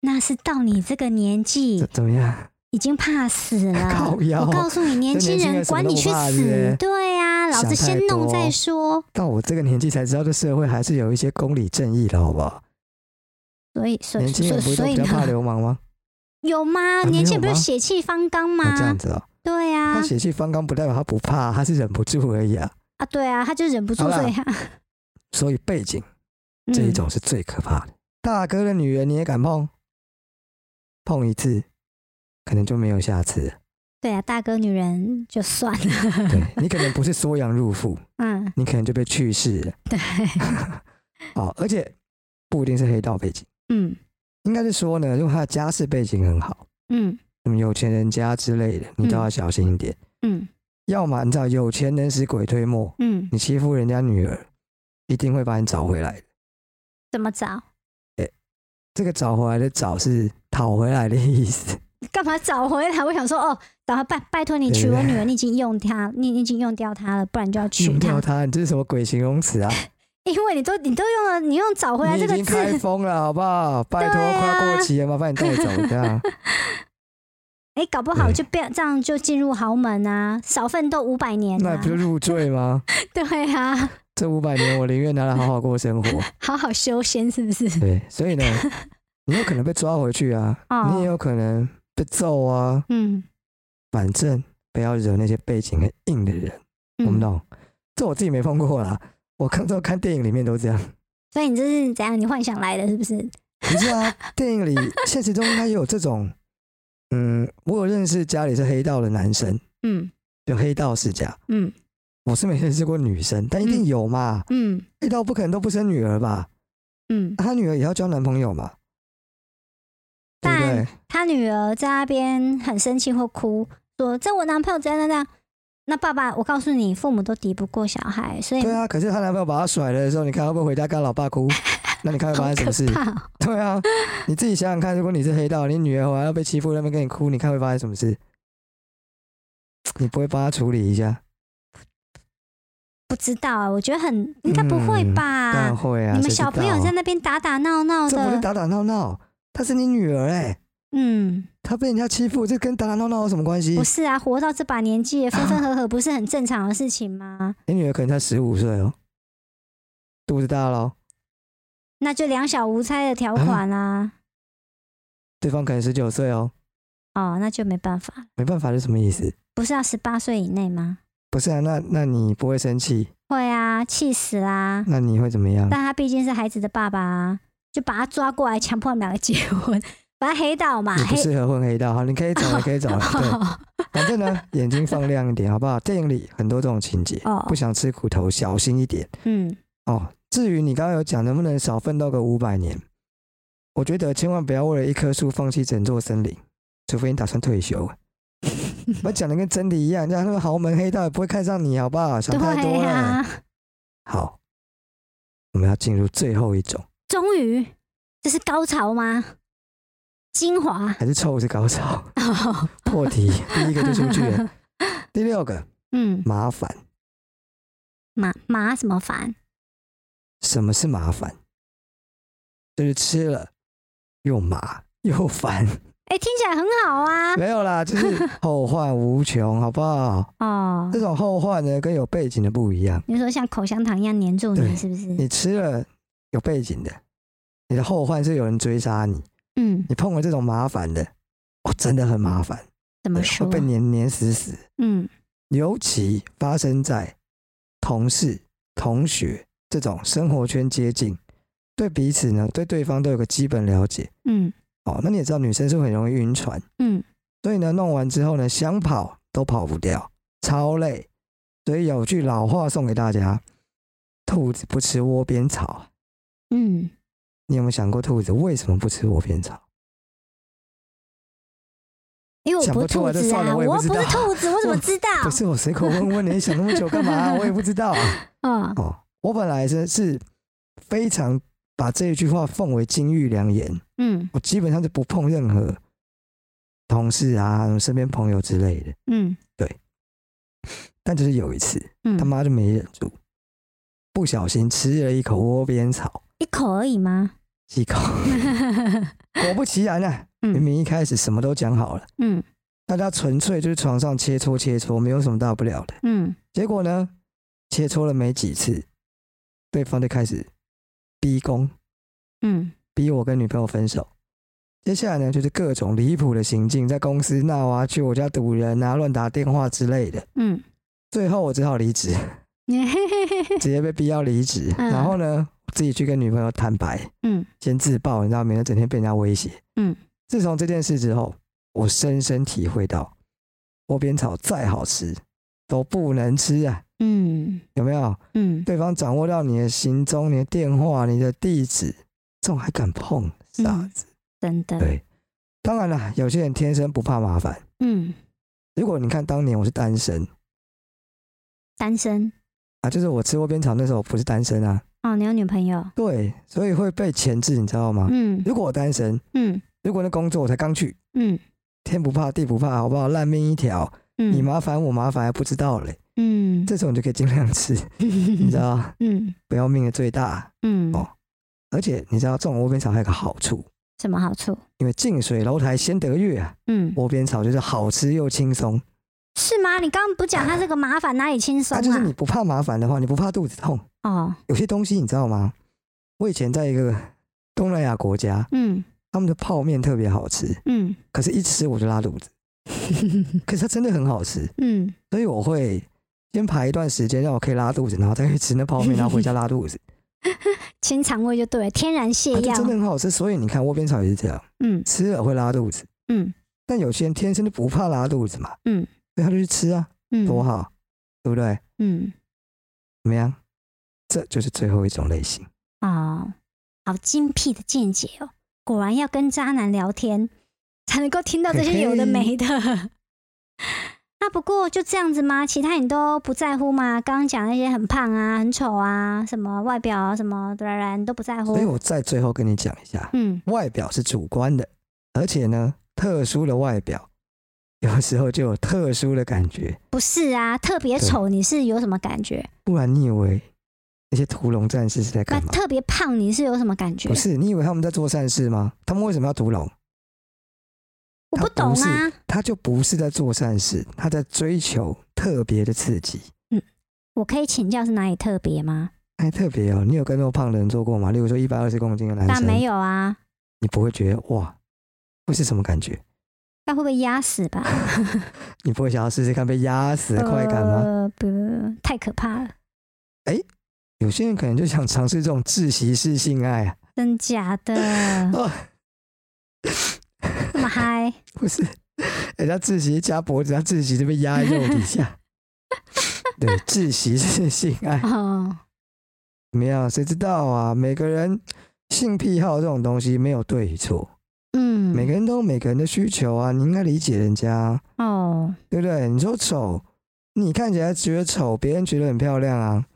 [SPEAKER 2] 那是到你这个
[SPEAKER 1] 怎
[SPEAKER 2] 年纪
[SPEAKER 1] 怎么样？
[SPEAKER 2] 已经怕死了
[SPEAKER 1] 靠。腰
[SPEAKER 2] 我告诉你，年轻人
[SPEAKER 1] 人什么
[SPEAKER 2] 管
[SPEAKER 1] 都
[SPEAKER 2] 你
[SPEAKER 1] 不
[SPEAKER 2] 去
[SPEAKER 1] 怕是不
[SPEAKER 2] 死
[SPEAKER 1] 是，
[SPEAKER 2] 对呀、老子
[SPEAKER 1] 想太
[SPEAKER 2] 先弄
[SPEAKER 1] 多
[SPEAKER 2] 再说。
[SPEAKER 1] 到我这个年纪才知道，这社会还是有一些公理正义的，好不好？
[SPEAKER 2] 所以，所以，
[SPEAKER 1] 年轻
[SPEAKER 2] 所
[SPEAKER 1] 人
[SPEAKER 2] 以，
[SPEAKER 1] 不是
[SPEAKER 2] 所
[SPEAKER 1] 都
[SPEAKER 2] 以
[SPEAKER 1] 比较怕
[SPEAKER 2] 呢？
[SPEAKER 1] 流氓 吗？
[SPEAKER 2] 有吗？
[SPEAKER 1] 啊没
[SPEAKER 2] 年轻
[SPEAKER 1] 有
[SPEAKER 2] 人不是
[SPEAKER 1] 吗
[SPEAKER 2] 血气方刚
[SPEAKER 1] 那这样
[SPEAKER 2] 吗？
[SPEAKER 1] 子哦，
[SPEAKER 2] 对呀、
[SPEAKER 1] 他
[SPEAKER 2] 啊，
[SPEAKER 1] 血气方刚不代表他不怕，啊他是忍不住而已啊。
[SPEAKER 2] 对啊，他就忍不住，
[SPEAKER 1] 好啦
[SPEAKER 2] 所以他
[SPEAKER 1] 所以背景
[SPEAKER 2] 嗯
[SPEAKER 1] 这一种是最可怕的。大哥的女人你也敢碰？碰一次，可能就没有下次了。
[SPEAKER 2] 对啊，大哥女人就算了，
[SPEAKER 1] 对你可能不是缩阳入腹，
[SPEAKER 2] 嗯，
[SPEAKER 1] 你可能就被去世了。
[SPEAKER 2] 对，
[SPEAKER 1] 哦，而且不一定是黑道背景，
[SPEAKER 2] 嗯
[SPEAKER 1] 应该是说呢，如果他的家世背景很好，
[SPEAKER 2] 嗯
[SPEAKER 1] 什么有钱人家之类的，你都要小心一点。
[SPEAKER 2] 嗯
[SPEAKER 1] 要么你知道有钱能使鬼推磨，
[SPEAKER 2] 嗯，
[SPEAKER 1] 你欺负人家女儿，一定会把你找回来的。
[SPEAKER 2] 怎么找？
[SPEAKER 1] 这个找回来的找是讨回来的意思，
[SPEAKER 2] 干嘛找回来？我想说，哦，然后拜拜托你娶我女儿，你已经用她，你你已经用掉她了， 不然你就要娶
[SPEAKER 1] 用
[SPEAKER 2] 她
[SPEAKER 1] 掉，他，你这是什么鬼形容 词啊？
[SPEAKER 2] 因为你都你都用了，你用找回来
[SPEAKER 1] 你
[SPEAKER 2] 这
[SPEAKER 1] 已
[SPEAKER 2] 个
[SPEAKER 1] 经开
[SPEAKER 2] 字，
[SPEAKER 1] 封了，好不好？拜托，
[SPEAKER 2] 对啊啊
[SPEAKER 1] 快要过期了，麻烦你带走，这样。
[SPEAKER 2] 哎、搞不好
[SPEAKER 1] 对
[SPEAKER 2] 就变这样就进入豪门啊，少奋斗五百年
[SPEAKER 1] 那
[SPEAKER 2] 啊
[SPEAKER 1] 不，就入赘吗？
[SPEAKER 2] 对啊，
[SPEAKER 1] 这五百年我宁愿拿来好好过生 活。
[SPEAKER 2] 好好修仙是不是？
[SPEAKER 1] 对，所以呢，你有可能被抓回去啊，
[SPEAKER 2] 哦
[SPEAKER 1] 你也有可能被揍啊，
[SPEAKER 2] 嗯，
[SPEAKER 1] 反正不要惹那些背景很硬的人，
[SPEAKER 2] 嗯
[SPEAKER 1] 我们懂。这我自己没碰过啦，我看都看电影里面都这样。
[SPEAKER 2] 所以你这是怎样？你幻想来的是不是？
[SPEAKER 1] 不是啊，电影里现实中应该也有这种。嗯，我有认识家里是黑道的男生，
[SPEAKER 2] 嗯
[SPEAKER 1] 就黑道世家。
[SPEAKER 2] 嗯
[SPEAKER 1] 我是没认识过女生，但一定有嘛。
[SPEAKER 2] 嗯
[SPEAKER 1] 黑道不可能都不生女儿吧？
[SPEAKER 2] 嗯，
[SPEAKER 1] 她女儿也要交男朋友嘛，对不对
[SPEAKER 2] 但？他女儿在那边很生气或哭，说这我男朋友怎样怎样。那爸爸，我告诉你，父母都敌不过小孩，所以
[SPEAKER 1] 对啊，可是她男朋友把她甩了的时候，你看会不会回家跟她老爸哭？那你看会
[SPEAKER 2] 好
[SPEAKER 1] 发生什
[SPEAKER 2] 可
[SPEAKER 1] 么事？
[SPEAKER 2] 怕哦。
[SPEAKER 1] 对啊，你自己想想看，如果你是黑道，你女儿还要被欺负，那边跟你哭，你看会发生什么事？你不会帮她处理一下？
[SPEAKER 2] 不知道啊，我觉得很应该不会吧？
[SPEAKER 1] 嗯当然会啊，
[SPEAKER 2] 你们
[SPEAKER 1] 谁知
[SPEAKER 2] 小朋友
[SPEAKER 1] 道
[SPEAKER 2] 在那边打打闹闹
[SPEAKER 1] 这不是
[SPEAKER 2] 的，
[SPEAKER 1] 打打闹闹，她是你女儿哎、
[SPEAKER 2] 嗯，
[SPEAKER 1] 她被人家欺负，这跟打打闹闹有什么关系
[SPEAKER 2] 不？是啊，活到这把年纪，分分合合不是很正常的事情吗？
[SPEAKER 1] 你女儿可能才十五岁哦，肚子大哦咯，
[SPEAKER 2] 那就两小无猜的条款啊啦、
[SPEAKER 1] 对方可能十九岁哦，
[SPEAKER 2] 哦，那就没办法了，
[SPEAKER 1] 没办法是什么意思？
[SPEAKER 2] 不是要十八岁以内吗？
[SPEAKER 1] 不是啊，那那你不会生气，
[SPEAKER 2] 会啊，气死啦！
[SPEAKER 1] 那你会怎么样？
[SPEAKER 2] 但他毕竟是孩子的爸爸、啊，就把他抓过来，强迫他们两个结婚， 反正黑道嘛，
[SPEAKER 1] 你不
[SPEAKER 2] 黑
[SPEAKER 1] 适合混黑道，好，你可以走了，可以 走了。对，
[SPEAKER 2] 哦
[SPEAKER 1] 反正呢，眼睛放亮一点，好不好？电影里很多这种情节，
[SPEAKER 2] 哦
[SPEAKER 1] 不想吃苦头，小心一点
[SPEAKER 2] 嗯
[SPEAKER 1] 哦。至于你刚刚有讲能不能少奋斗个五百年，我觉得千万不要为了一棵树放弃整座森林，除非你打算退 休。啊我讲的跟真理一样，人家那个豪门黑道也不会看上你，好不好？想太多
[SPEAKER 2] 对
[SPEAKER 1] 了。
[SPEAKER 2] 啊，
[SPEAKER 1] 好，我们要进入最后一种，
[SPEAKER 2] 终于这是高潮吗？精华
[SPEAKER 1] 还是臭是高潮
[SPEAKER 2] 哦，
[SPEAKER 1] 破 题，第一个就出去了。第六个
[SPEAKER 2] 嗯，
[SPEAKER 1] 麻烦，
[SPEAKER 2] 麻麻什么烦？
[SPEAKER 1] 什么是麻烦？就是吃了又麻又烦，
[SPEAKER 2] 哎、听起来很好啊。
[SPEAKER 1] 没有啦，就是后患无穷，好不好？
[SPEAKER 2] 哦
[SPEAKER 1] 这，种后患呢，跟有背景的不一样。
[SPEAKER 2] 你说像口香糖一样粘住你，
[SPEAKER 1] 对嗯
[SPEAKER 2] 是不是？
[SPEAKER 1] 你吃了有背景的，你的后患是有人追杀你；
[SPEAKER 2] 嗯，
[SPEAKER 1] 你碰了这种麻烦的，哦，真的很麻烦，
[SPEAKER 2] 怎么
[SPEAKER 1] 对
[SPEAKER 2] 说
[SPEAKER 1] 会？被黏黏死死。
[SPEAKER 2] 嗯
[SPEAKER 1] 尤其发生在同事、同学这种生活圈接近，对彼此呢，对对方都有个基本了解。
[SPEAKER 2] 嗯
[SPEAKER 1] 哦，那你也知道，女生是很容易晕船，
[SPEAKER 2] 嗯，
[SPEAKER 1] 所以呢，弄完之后呢，想跑都跑不掉，超累。所以有句老话送给大家：兔子不吃窝边草。
[SPEAKER 2] 嗯，
[SPEAKER 1] 你有没有想过，兔子为什么不吃窝边草？
[SPEAKER 2] 因为我
[SPEAKER 1] 想
[SPEAKER 2] 不
[SPEAKER 1] 不
[SPEAKER 2] 是
[SPEAKER 1] 出
[SPEAKER 2] 兔
[SPEAKER 1] 来就
[SPEAKER 2] 子
[SPEAKER 1] 算
[SPEAKER 2] 啊，
[SPEAKER 1] 了我也
[SPEAKER 2] 又
[SPEAKER 1] 不知
[SPEAKER 2] 不是
[SPEAKER 1] 道
[SPEAKER 2] 兔子，我怎么
[SPEAKER 1] 我
[SPEAKER 2] 知道？
[SPEAKER 1] 不是我随口问问，你想那么久干嘛、我也不知道、啊。
[SPEAKER 2] 嗯
[SPEAKER 1] 哦，我本来是是非常把这一句话奉为金玉良言，
[SPEAKER 2] 嗯
[SPEAKER 1] 我基本上是不碰任何同事啊、身边朋友之类的。
[SPEAKER 2] 嗯
[SPEAKER 1] 但就是有一次，他
[SPEAKER 2] 嗯，
[SPEAKER 1] 妈就没忍住，不小心吃了一口窝边草，
[SPEAKER 2] 一口而已吗？
[SPEAKER 1] 几 口。果不其然啊，明
[SPEAKER 2] 嗯
[SPEAKER 1] 明一开始什么都讲好了，
[SPEAKER 2] 嗯
[SPEAKER 1] 大家纯粹就是床上切磋切磋，没有什么大不了的。
[SPEAKER 2] 嗯，
[SPEAKER 1] 结果呢，切磋了没几次，对方就开始逼宫。
[SPEAKER 2] 嗯
[SPEAKER 1] 逼我跟女朋友分手。接下来呢，就是各种离谱的行径，在公司闹啊，去我家堵人啊，乱打电话之类的。
[SPEAKER 2] 嗯，
[SPEAKER 1] 最后我只好离职，直接被逼要离职。
[SPEAKER 2] 嗯
[SPEAKER 1] 然后呢，自己去跟女朋友坦白，
[SPEAKER 2] 嗯，
[SPEAKER 1] 先自爆，你知道，免得整天被人家威胁。
[SPEAKER 2] 嗯，
[SPEAKER 1] 自从这件事之后，我深深体会到，窝边草再好吃都不能吃啊，
[SPEAKER 2] 嗯
[SPEAKER 1] 有没有？
[SPEAKER 2] 嗯，
[SPEAKER 1] 对方掌握到你的行踪、你的电话、你的地址，这种还敢碰，傻
[SPEAKER 2] 嗯真的，
[SPEAKER 1] 对，当然啦，有些人天生不怕麻烦。
[SPEAKER 2] 嗯，
[SPEAKER 1] 如果你看当年我是单身
[SPEAKER 2] 单身
[SPEAKER 1] 啊，就是我吃窝边草那时候我不是单身啊，
[SPEAKER 2] 哦，你有女朋友？
[SPEAKER 1] 对，所以会被钳制，你知道吗？
[SPEAKER 2] 嗯
[SPEAKER 1] 如果我单身，
[SPEAKER 2] 嗯
[SPEAKER 1] 如果那工作我才刚去，
[SPEAKER 2] 嗯
[SPEAKER 1] 天不怕地不怕，好不好？烂命一条，
[SPEAKER 2] 嗯，
[SPEAKER 1] 你？麻烦我麻烦还不知道嘞，
[SPEAKER 2] 嗯，
[SPEAKER 1] 这种你就可以尽量吃，你知道吗
[SPEAKER 2] 嗯
[SPEAKER 1] 不要命的最大。
[SPEAKER 2] 嗯
[SPEAKER 1] 哦而且你知道这种窝边草还有个好处，
[SPEAKER 2] 什么好处？
[SPEAKER 1] 因为近水楼台先得月啊，
[SPEAKER 2] 嗯，啊
[SPEAKER 1] 窝边草就是好吃又轻松。
[SPEAKER 2] 是吗？你刚刚不讲它这个麻烦哪里轻松
[SPEAKER 1] 那、
[SPEAKER 2] 啊？
[SPEAKER 1] 就是你不怕麻烦的话，你不怕肚子痛。
[SPEAKER 2] 哦，
[SPEAKER 1] 有些东西你知道吗？我以前在一个东南亚国家，
[SPEAKER 2] 嗯
[SPEAKER 1] 他们的泡面特别好吃，
[SPEAKER 2] 嗯
[SPEAKER 1] 可是一吃我就拉肚 子。可是它真的很好吃，
[SPEAKER 2] 嗯，
[SPEAKER 1] 所以我会先排一段时间让我可以拉肚子，然后再去吃那泡面，然后回家拉肚 子。
[SPEAKER 2] 清肠胃就对了，天然泻
[SPEAKER 1] 它
[SPEAKER 2] 药
[SPEAKER 1] 真。的很好吃，所以你看窝边草也是这样，
[SPEAKER 2] 嗯
[SPEAKER 1] 吃了会拉肚子。
[SPEAKER 2] 嗯
[SPEAKER 1] 但有些人天生就不怕拉肚子嘛，
[SPEAKER 2] 嗯，
[SPEAKER 1] 所以他就去吃啊，
[SPEAKER 2] 嗯，
[SPEAKER 1] 多好，对不对？
[SPEAKER 2] 嗯
[SPEAKER 1] 怎么样？这就是最后一种类型。
[SPEAKER 2] 哦，好精辟的见解哦，果然要跟渣男聊天才能够听到这些有的没的。 那不过就这样子吗？其他你都不在乎吗？刚刚讲那些很胖啊、很丑啊、什么外表啊、什么的人都不在
[SPEAKER 1] 所以
[SPEAKER 2] 乎。
[SPEAKER 1] 我再最后跟你讲一下，
[SPEAKER 2] 哦嗯
[SPEAKER 1] 外表是主观的，而且呢，特殊的外表有时候就有特殊的感觉，
[SPEAKER 2] 不是啊，特别
[SPEAKER 1] 对
[SPEAKER 2] 丑你是有什么感觉？
[SPEAKER 1] 不然你以为那些屠龙战士是在
[SPEAKER 2] 那
[SPEAKER 1] 干嘛？
[SPEAKER 2] 特别胖你是有什么感觉
[SPEAKER 1] 不？是，你以为他们在做善事吗？他们为什么要屠龙？
[SPEAKER 2] 我不
[SPEAKER 1] 他
[SPEAKER 2] 懂
[SPEAKER 1] 不是
[SPEAKER 2] 啊，
[SPEAKER 1] 他就不是在做善事，他在追求特别的刺激。
[SPEAKER 2] 我可以请教是哪里特别吗？
[SPEAKER 1] 哎，特别哦，你有跟那么胖的人做过吗？例如说一百二十公斤的男
[SPEAKER 2] 但
[SPEAKER 1] 生，
[SPEAKER 2] 没有啊，
[SPEAKER 1] 你不会觉得哇，会是什么感觉？
[SPEAKER 2] 那会不会压死吧？
[SPEAKER 1] 你不会想要试试看被压死的快感吗？
[SPEAKER 2] 呃，不，太可怕了，
[SPEAKER 1] 有些人可能就想尝试这种窒息式性爱啊，
[SPEAKER 2] 真假 的嗯
[SPEAKER 1] 啊
[SPEAKER 2] 那么嗨？
[SPEAKER 1] 不是，人家窒息加脖子，他窒息就被压在肉底 下。对，窒息式性爱
[SPEAKER 2] 哦，
[SPEAKER 1] 怎么样？谁知道啊？每个人性癖好这种东西没有对与错，
[SPEAKER 2] 嗯，
[SPEAKER 1] 每个人都有每个人的需求啊，你应该理解人家啊、
[SPEAKER 2] 哦，
[SPEAKER 1] 对不对？你说丑，你看起来觉得丑，别人觉得很漂亮啊。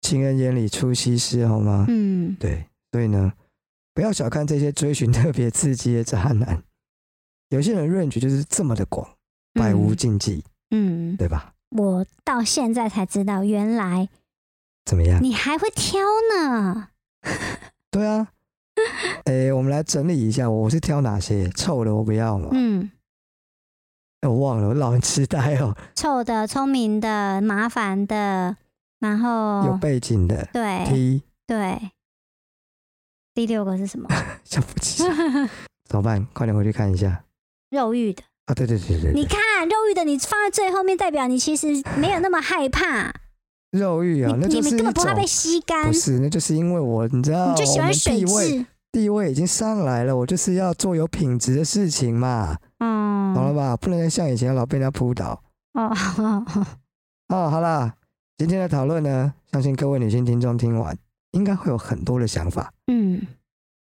[SPEAKER 1] 情人眼里出西施，好吗？
[SPEAKER 2] 嗯，
[SPEAKER 1] 对，所以呢，不要小看这些追寻特别刺激的渣男。有些人 range 就是这么的广，百无禁忌，
[SPEAKER 2] 嗯。嗯，
[SPEAKER 1] 对吧？
[SPEAKER 2] 我到现在才知道，原来
[SPEAKER 1] 怎么样？
[SPEAKER 2] 你还会挑 呢。
[SPEAKER 1] 对 啊。诶，我们来整理一下，我是挑哪些臭的我不要嘛？
[SPEAKER 2] 嗯，
[SPEAKER 1] 诶哎我忘了，我老人痴呆哦，
[SPEAKER 2] 臭的、聪明的、麻烦的，然
[SPEAKER 1] 有
[SPEAKER 2] 后
[SPEAKER 1] 背景的
[SPEAKER 2] 对
[SPEAKER 1] T
[SPEAKER 2] 对，第六个是什么？
[SPEAKER 1] 想不 起来，怎么办？快点回去看一下
[SPEAKER 2] 肉欲的。
[SPEAKER 1] 啊！对对对对
[SPEAKER 2] 你
[SPEAKER 1] 对，
[SPEAKER 2] 看肉欲的，你放在最后面，代表你其实没有那么害怕，
[SPEAKER 1] 肉欲啊，那
[SPEAKER 2] 你
[SPEAKER 1] 就
[SPEAKER 2] 你
[SPEAKER 1] 是
[SPEAKER 2] 们根本不
[SPEAKER 1] 一
[SPEAKER 2] 怕
[SPEAKER 1] 种
[SPEAKER 2] 被吸干
[SPEAKER 1] 不，是，那就是因为我，你知道，
[SPEAKER 2] 你就喜
[SPEAKER 1] 我
[SPEAKER 2] 欢
[SPEAKER 1] 们
[SPEAKER 2] 水
[SPEAKER 1] 地位
[SPEAKER 2] 质。
[SPEAKER 1] 地位已经上来了，我就是要做有品质的事情嘛，
[SPEAKER 2] 嗯，
[SPEAKER 1] 懂了吧？不能再像以前老被人家扑倒
[SPEAKER 2] 哦，哦 哦
[SPEAKER 1] 哦。好啦，今天的讨论呢，相信各位女性听众听完，应该会有很多的想法。
[SPEAKER 2] 嗯，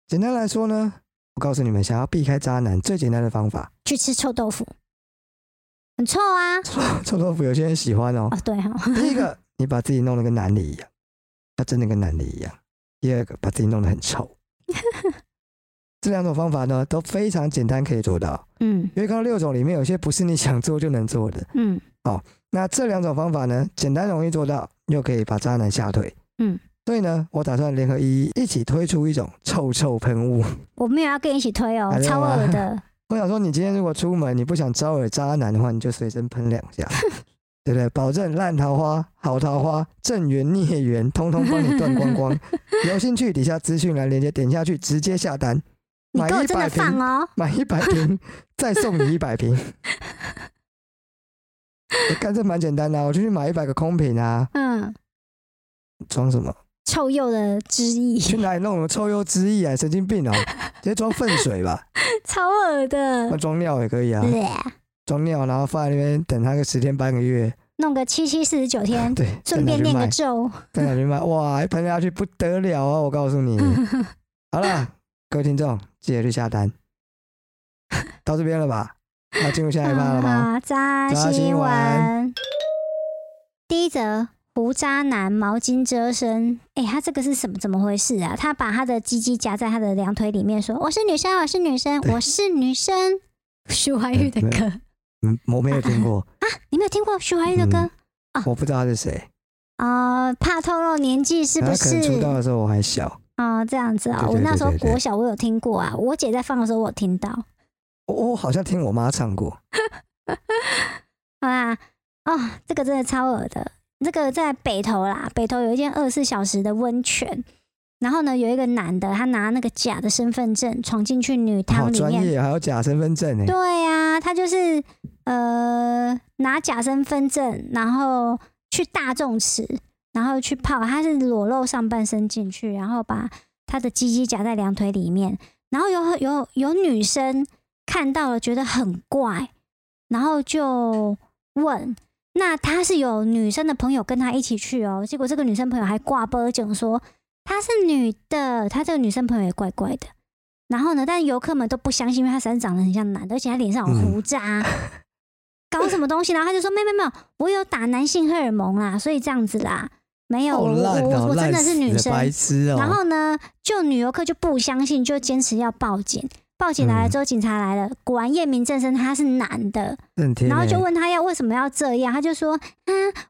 [SPEAKER 1] 简单来说呢，我告诉你们，想要避开渣男最简单的方法，
[SPEAKER 2] 去吃臭豆腐，很臭啊！
[SPEAKER 1] 臭臭豆腐有些人喜欢哦
[SPEAKER 2] 哦，。对哈、哦，
[SPEAKER 1] 第一个，你把自己弄得跟男的一样，要真的跟男的一样；第二个，把自己弄得很臭。这两种方法呢，都非常简单，可以做到。
[SPEAKER 2] 嗯
[SPEAKER 1] 因为刚刚六种里面有些不是你想做就能做的。
[SPEAKER 2] 嗯
[SPEAKER 1] 那这两种方法呢，简单容易做到，又可以把渣男吓退。
[SPEAKER 2] 嗯，
[SPEAKER 1] 所以呢，我打算联合一一一起推出一种臭臭喷雾。
[SPEAKER 2] 我没有要跟你一起推哦
[SPEAKER 1] 啊，真的
[SPEAKER 2] 超
[SPEAKER 1] 吗
[SPEAKER 2] 恶的，
[SPEAKER 1] 我想说，你今天如果出门，你不想招惹渣男的话，你就随身喷两 下，对不对？保证烂桃花、好桃花、正缘、孽缘，通通帮你断光 光。有兴趣，底下资讯栏链接点下去，直接下单，
[SPEAKER 2] 你
[SPEAKER 1] 买
[SPEAKER 2] 给我
[SPEAKER 1] 一
[SPEAKER 2] 真的
[SPEAKER 1] 百
[SPEAKER 2] 放
[SPEAKER 1] 瓶，
[SPEAKER 2] 哦，
[SPEAKER 1] 买一百瓶，再送你一百 瓶。我干这蛮简单的啊、我就去买一百个空瓶啊，
[SPEAKER 2] 嗯，
[SPEAKER 1] 装什么？
[SPEAKER 2] 臭鼬的之意，
[SPEAKER 1] 去哪里弄什么臭鼬之意啊？神经病哦、直接装粪水 吧，
[SPEAKER 2] 超恶
[SPEAKER 1] 那
[SPEAKER 2] 的，
[SPEAKER 1] 装尿也可以啊，
[SPEAKER 2] 对，
[SPEAKER 1] 装尿然后放在那边等它个十天半个月，
[SPEAKER 2] 弄个七七四十九 天，
[SPEAKER 1] 对，
[SPEAKER 2] 顺便
[SPEAKER 1] 再拿
[SPEAKER 2] 念
[SPEAKER 1] 去
[SPEAKER 2] 个
[SPEAKER 1] 卖，
[SPEAKER 2] 咒，
[SPEAKER 1] 再拿去卖，哇，一喷下去不得了啊！我告诉 你，好了，各位听众，记得去下 单。到这边了吧？要进入下一趴了吗？
[SPEAKER 2] 啊，渣
[SPEAKER 1] 渣
[SPEAKER 2] 新
[SPEAKER 1] 新
[SPEAKER 2] 闻
[SPEAKER 1] 闻。
[SPEAKER 2] 第一则，胡渣男毛巾遮身。哎、他这个是什么？怎么回事啊？他把他的鸡鸡夹在他的两腿里面，说：“我是女生，我是女 生，
[SPEAKER 1] 对
[SPEAKER 2] 我是女生。” 徐怀钰的
[SPEAKER 1] 嗯
[SPEAKER 2] 歌，
[SPEAKER 1] 嗯，我没有听 过，
[SPEAKER 2] 你没有听过徐怀钰的歌？
[SPEAKER 1] 我不知道他是谁。
[SPEAKER 2] 哦，怕透露年纪是
[SPEAKER 1] 然
[SPEAKER 2] 不
[SPEAKER 1] 嗯后可能
[SPEAKER 2] 是？
[SPEAKER 1] 出道的时候我还小，
[SPEAKER 2] 哦，这样子啊、
[SPEAKER 1] 对对
[SPEAKER 2] 我那
[SPEAKER 1] 对
[SPEAKER 2] 时候
[SPEAKER 1] 对对
[SPEAKER 2] 国小我有听过啊，我姐在放的时候我有听到。
[SPEAKER 1] 我我好像听我妈唱过，
[SPEAKER 2] 好啦，哦，这个真的超恶的。这个在北投啦，北投有一间二十四小时的温泉，然后呢，有一个男的，他拿那个假的身份证闯进去女
[SPEAKER 1] 好
[SPEAKER 2] 汤里
[SPEAKER 1] 专
[SPEAKER 2] 面。
[SPEAKER 1] 业，还有假身份证呢。欸
[SPEAKER 2] 对呀、他就是呃拿假身份证，然后去大众池，然后去泡，他是裸露上半身进去，然后把他的鸡鸡夹在两腿里面，然后有有有女生看到了，觉得很怪，然后就问。那他是有女生的朋友跟他一起去哦，结果这个女生朋友还挂波警说她是女的，她这个女生朋友也怪怪的。然后呢，但游客们都不相信，因为她实在长得很像男的，而且她脸上有胡渣，
[SPEAKER 1] 嗯
[SPEAKER 2] 搞什么东西？然后他就说：“没有没有没有，我有打男性荷尔蒙啦，所以这样子啦，没有
[SPEAKER 1] 好
[SPEAKER 2] 我
[SPEAKER 1] 烂
[SPEAKER 2] 我
[SPEAKER 1] 哦，
[SPEAKER 2] 我我真
[SPEAKER 1] 烂
[SPEAKER 2] 的
[SPEAKER 1] 死
[SPEAKER 2] 是女
[SPEAKER 1] 了
[SPEAKER 2] 生。”
[SPEAKER 1] 白痴哦。
[SPEAKER 2] 然后呢，就女游客就不相信，就坚持要报警。报警来了
[SPEAKER 1] 嗯
[SPEAKER 2] 之后，警察来了，果然验明正身他是男的，
[SPEAKER 1] 震天呢，欸
[SPEAKER 2] 然后 就问他要为什么要这样，他就说啊，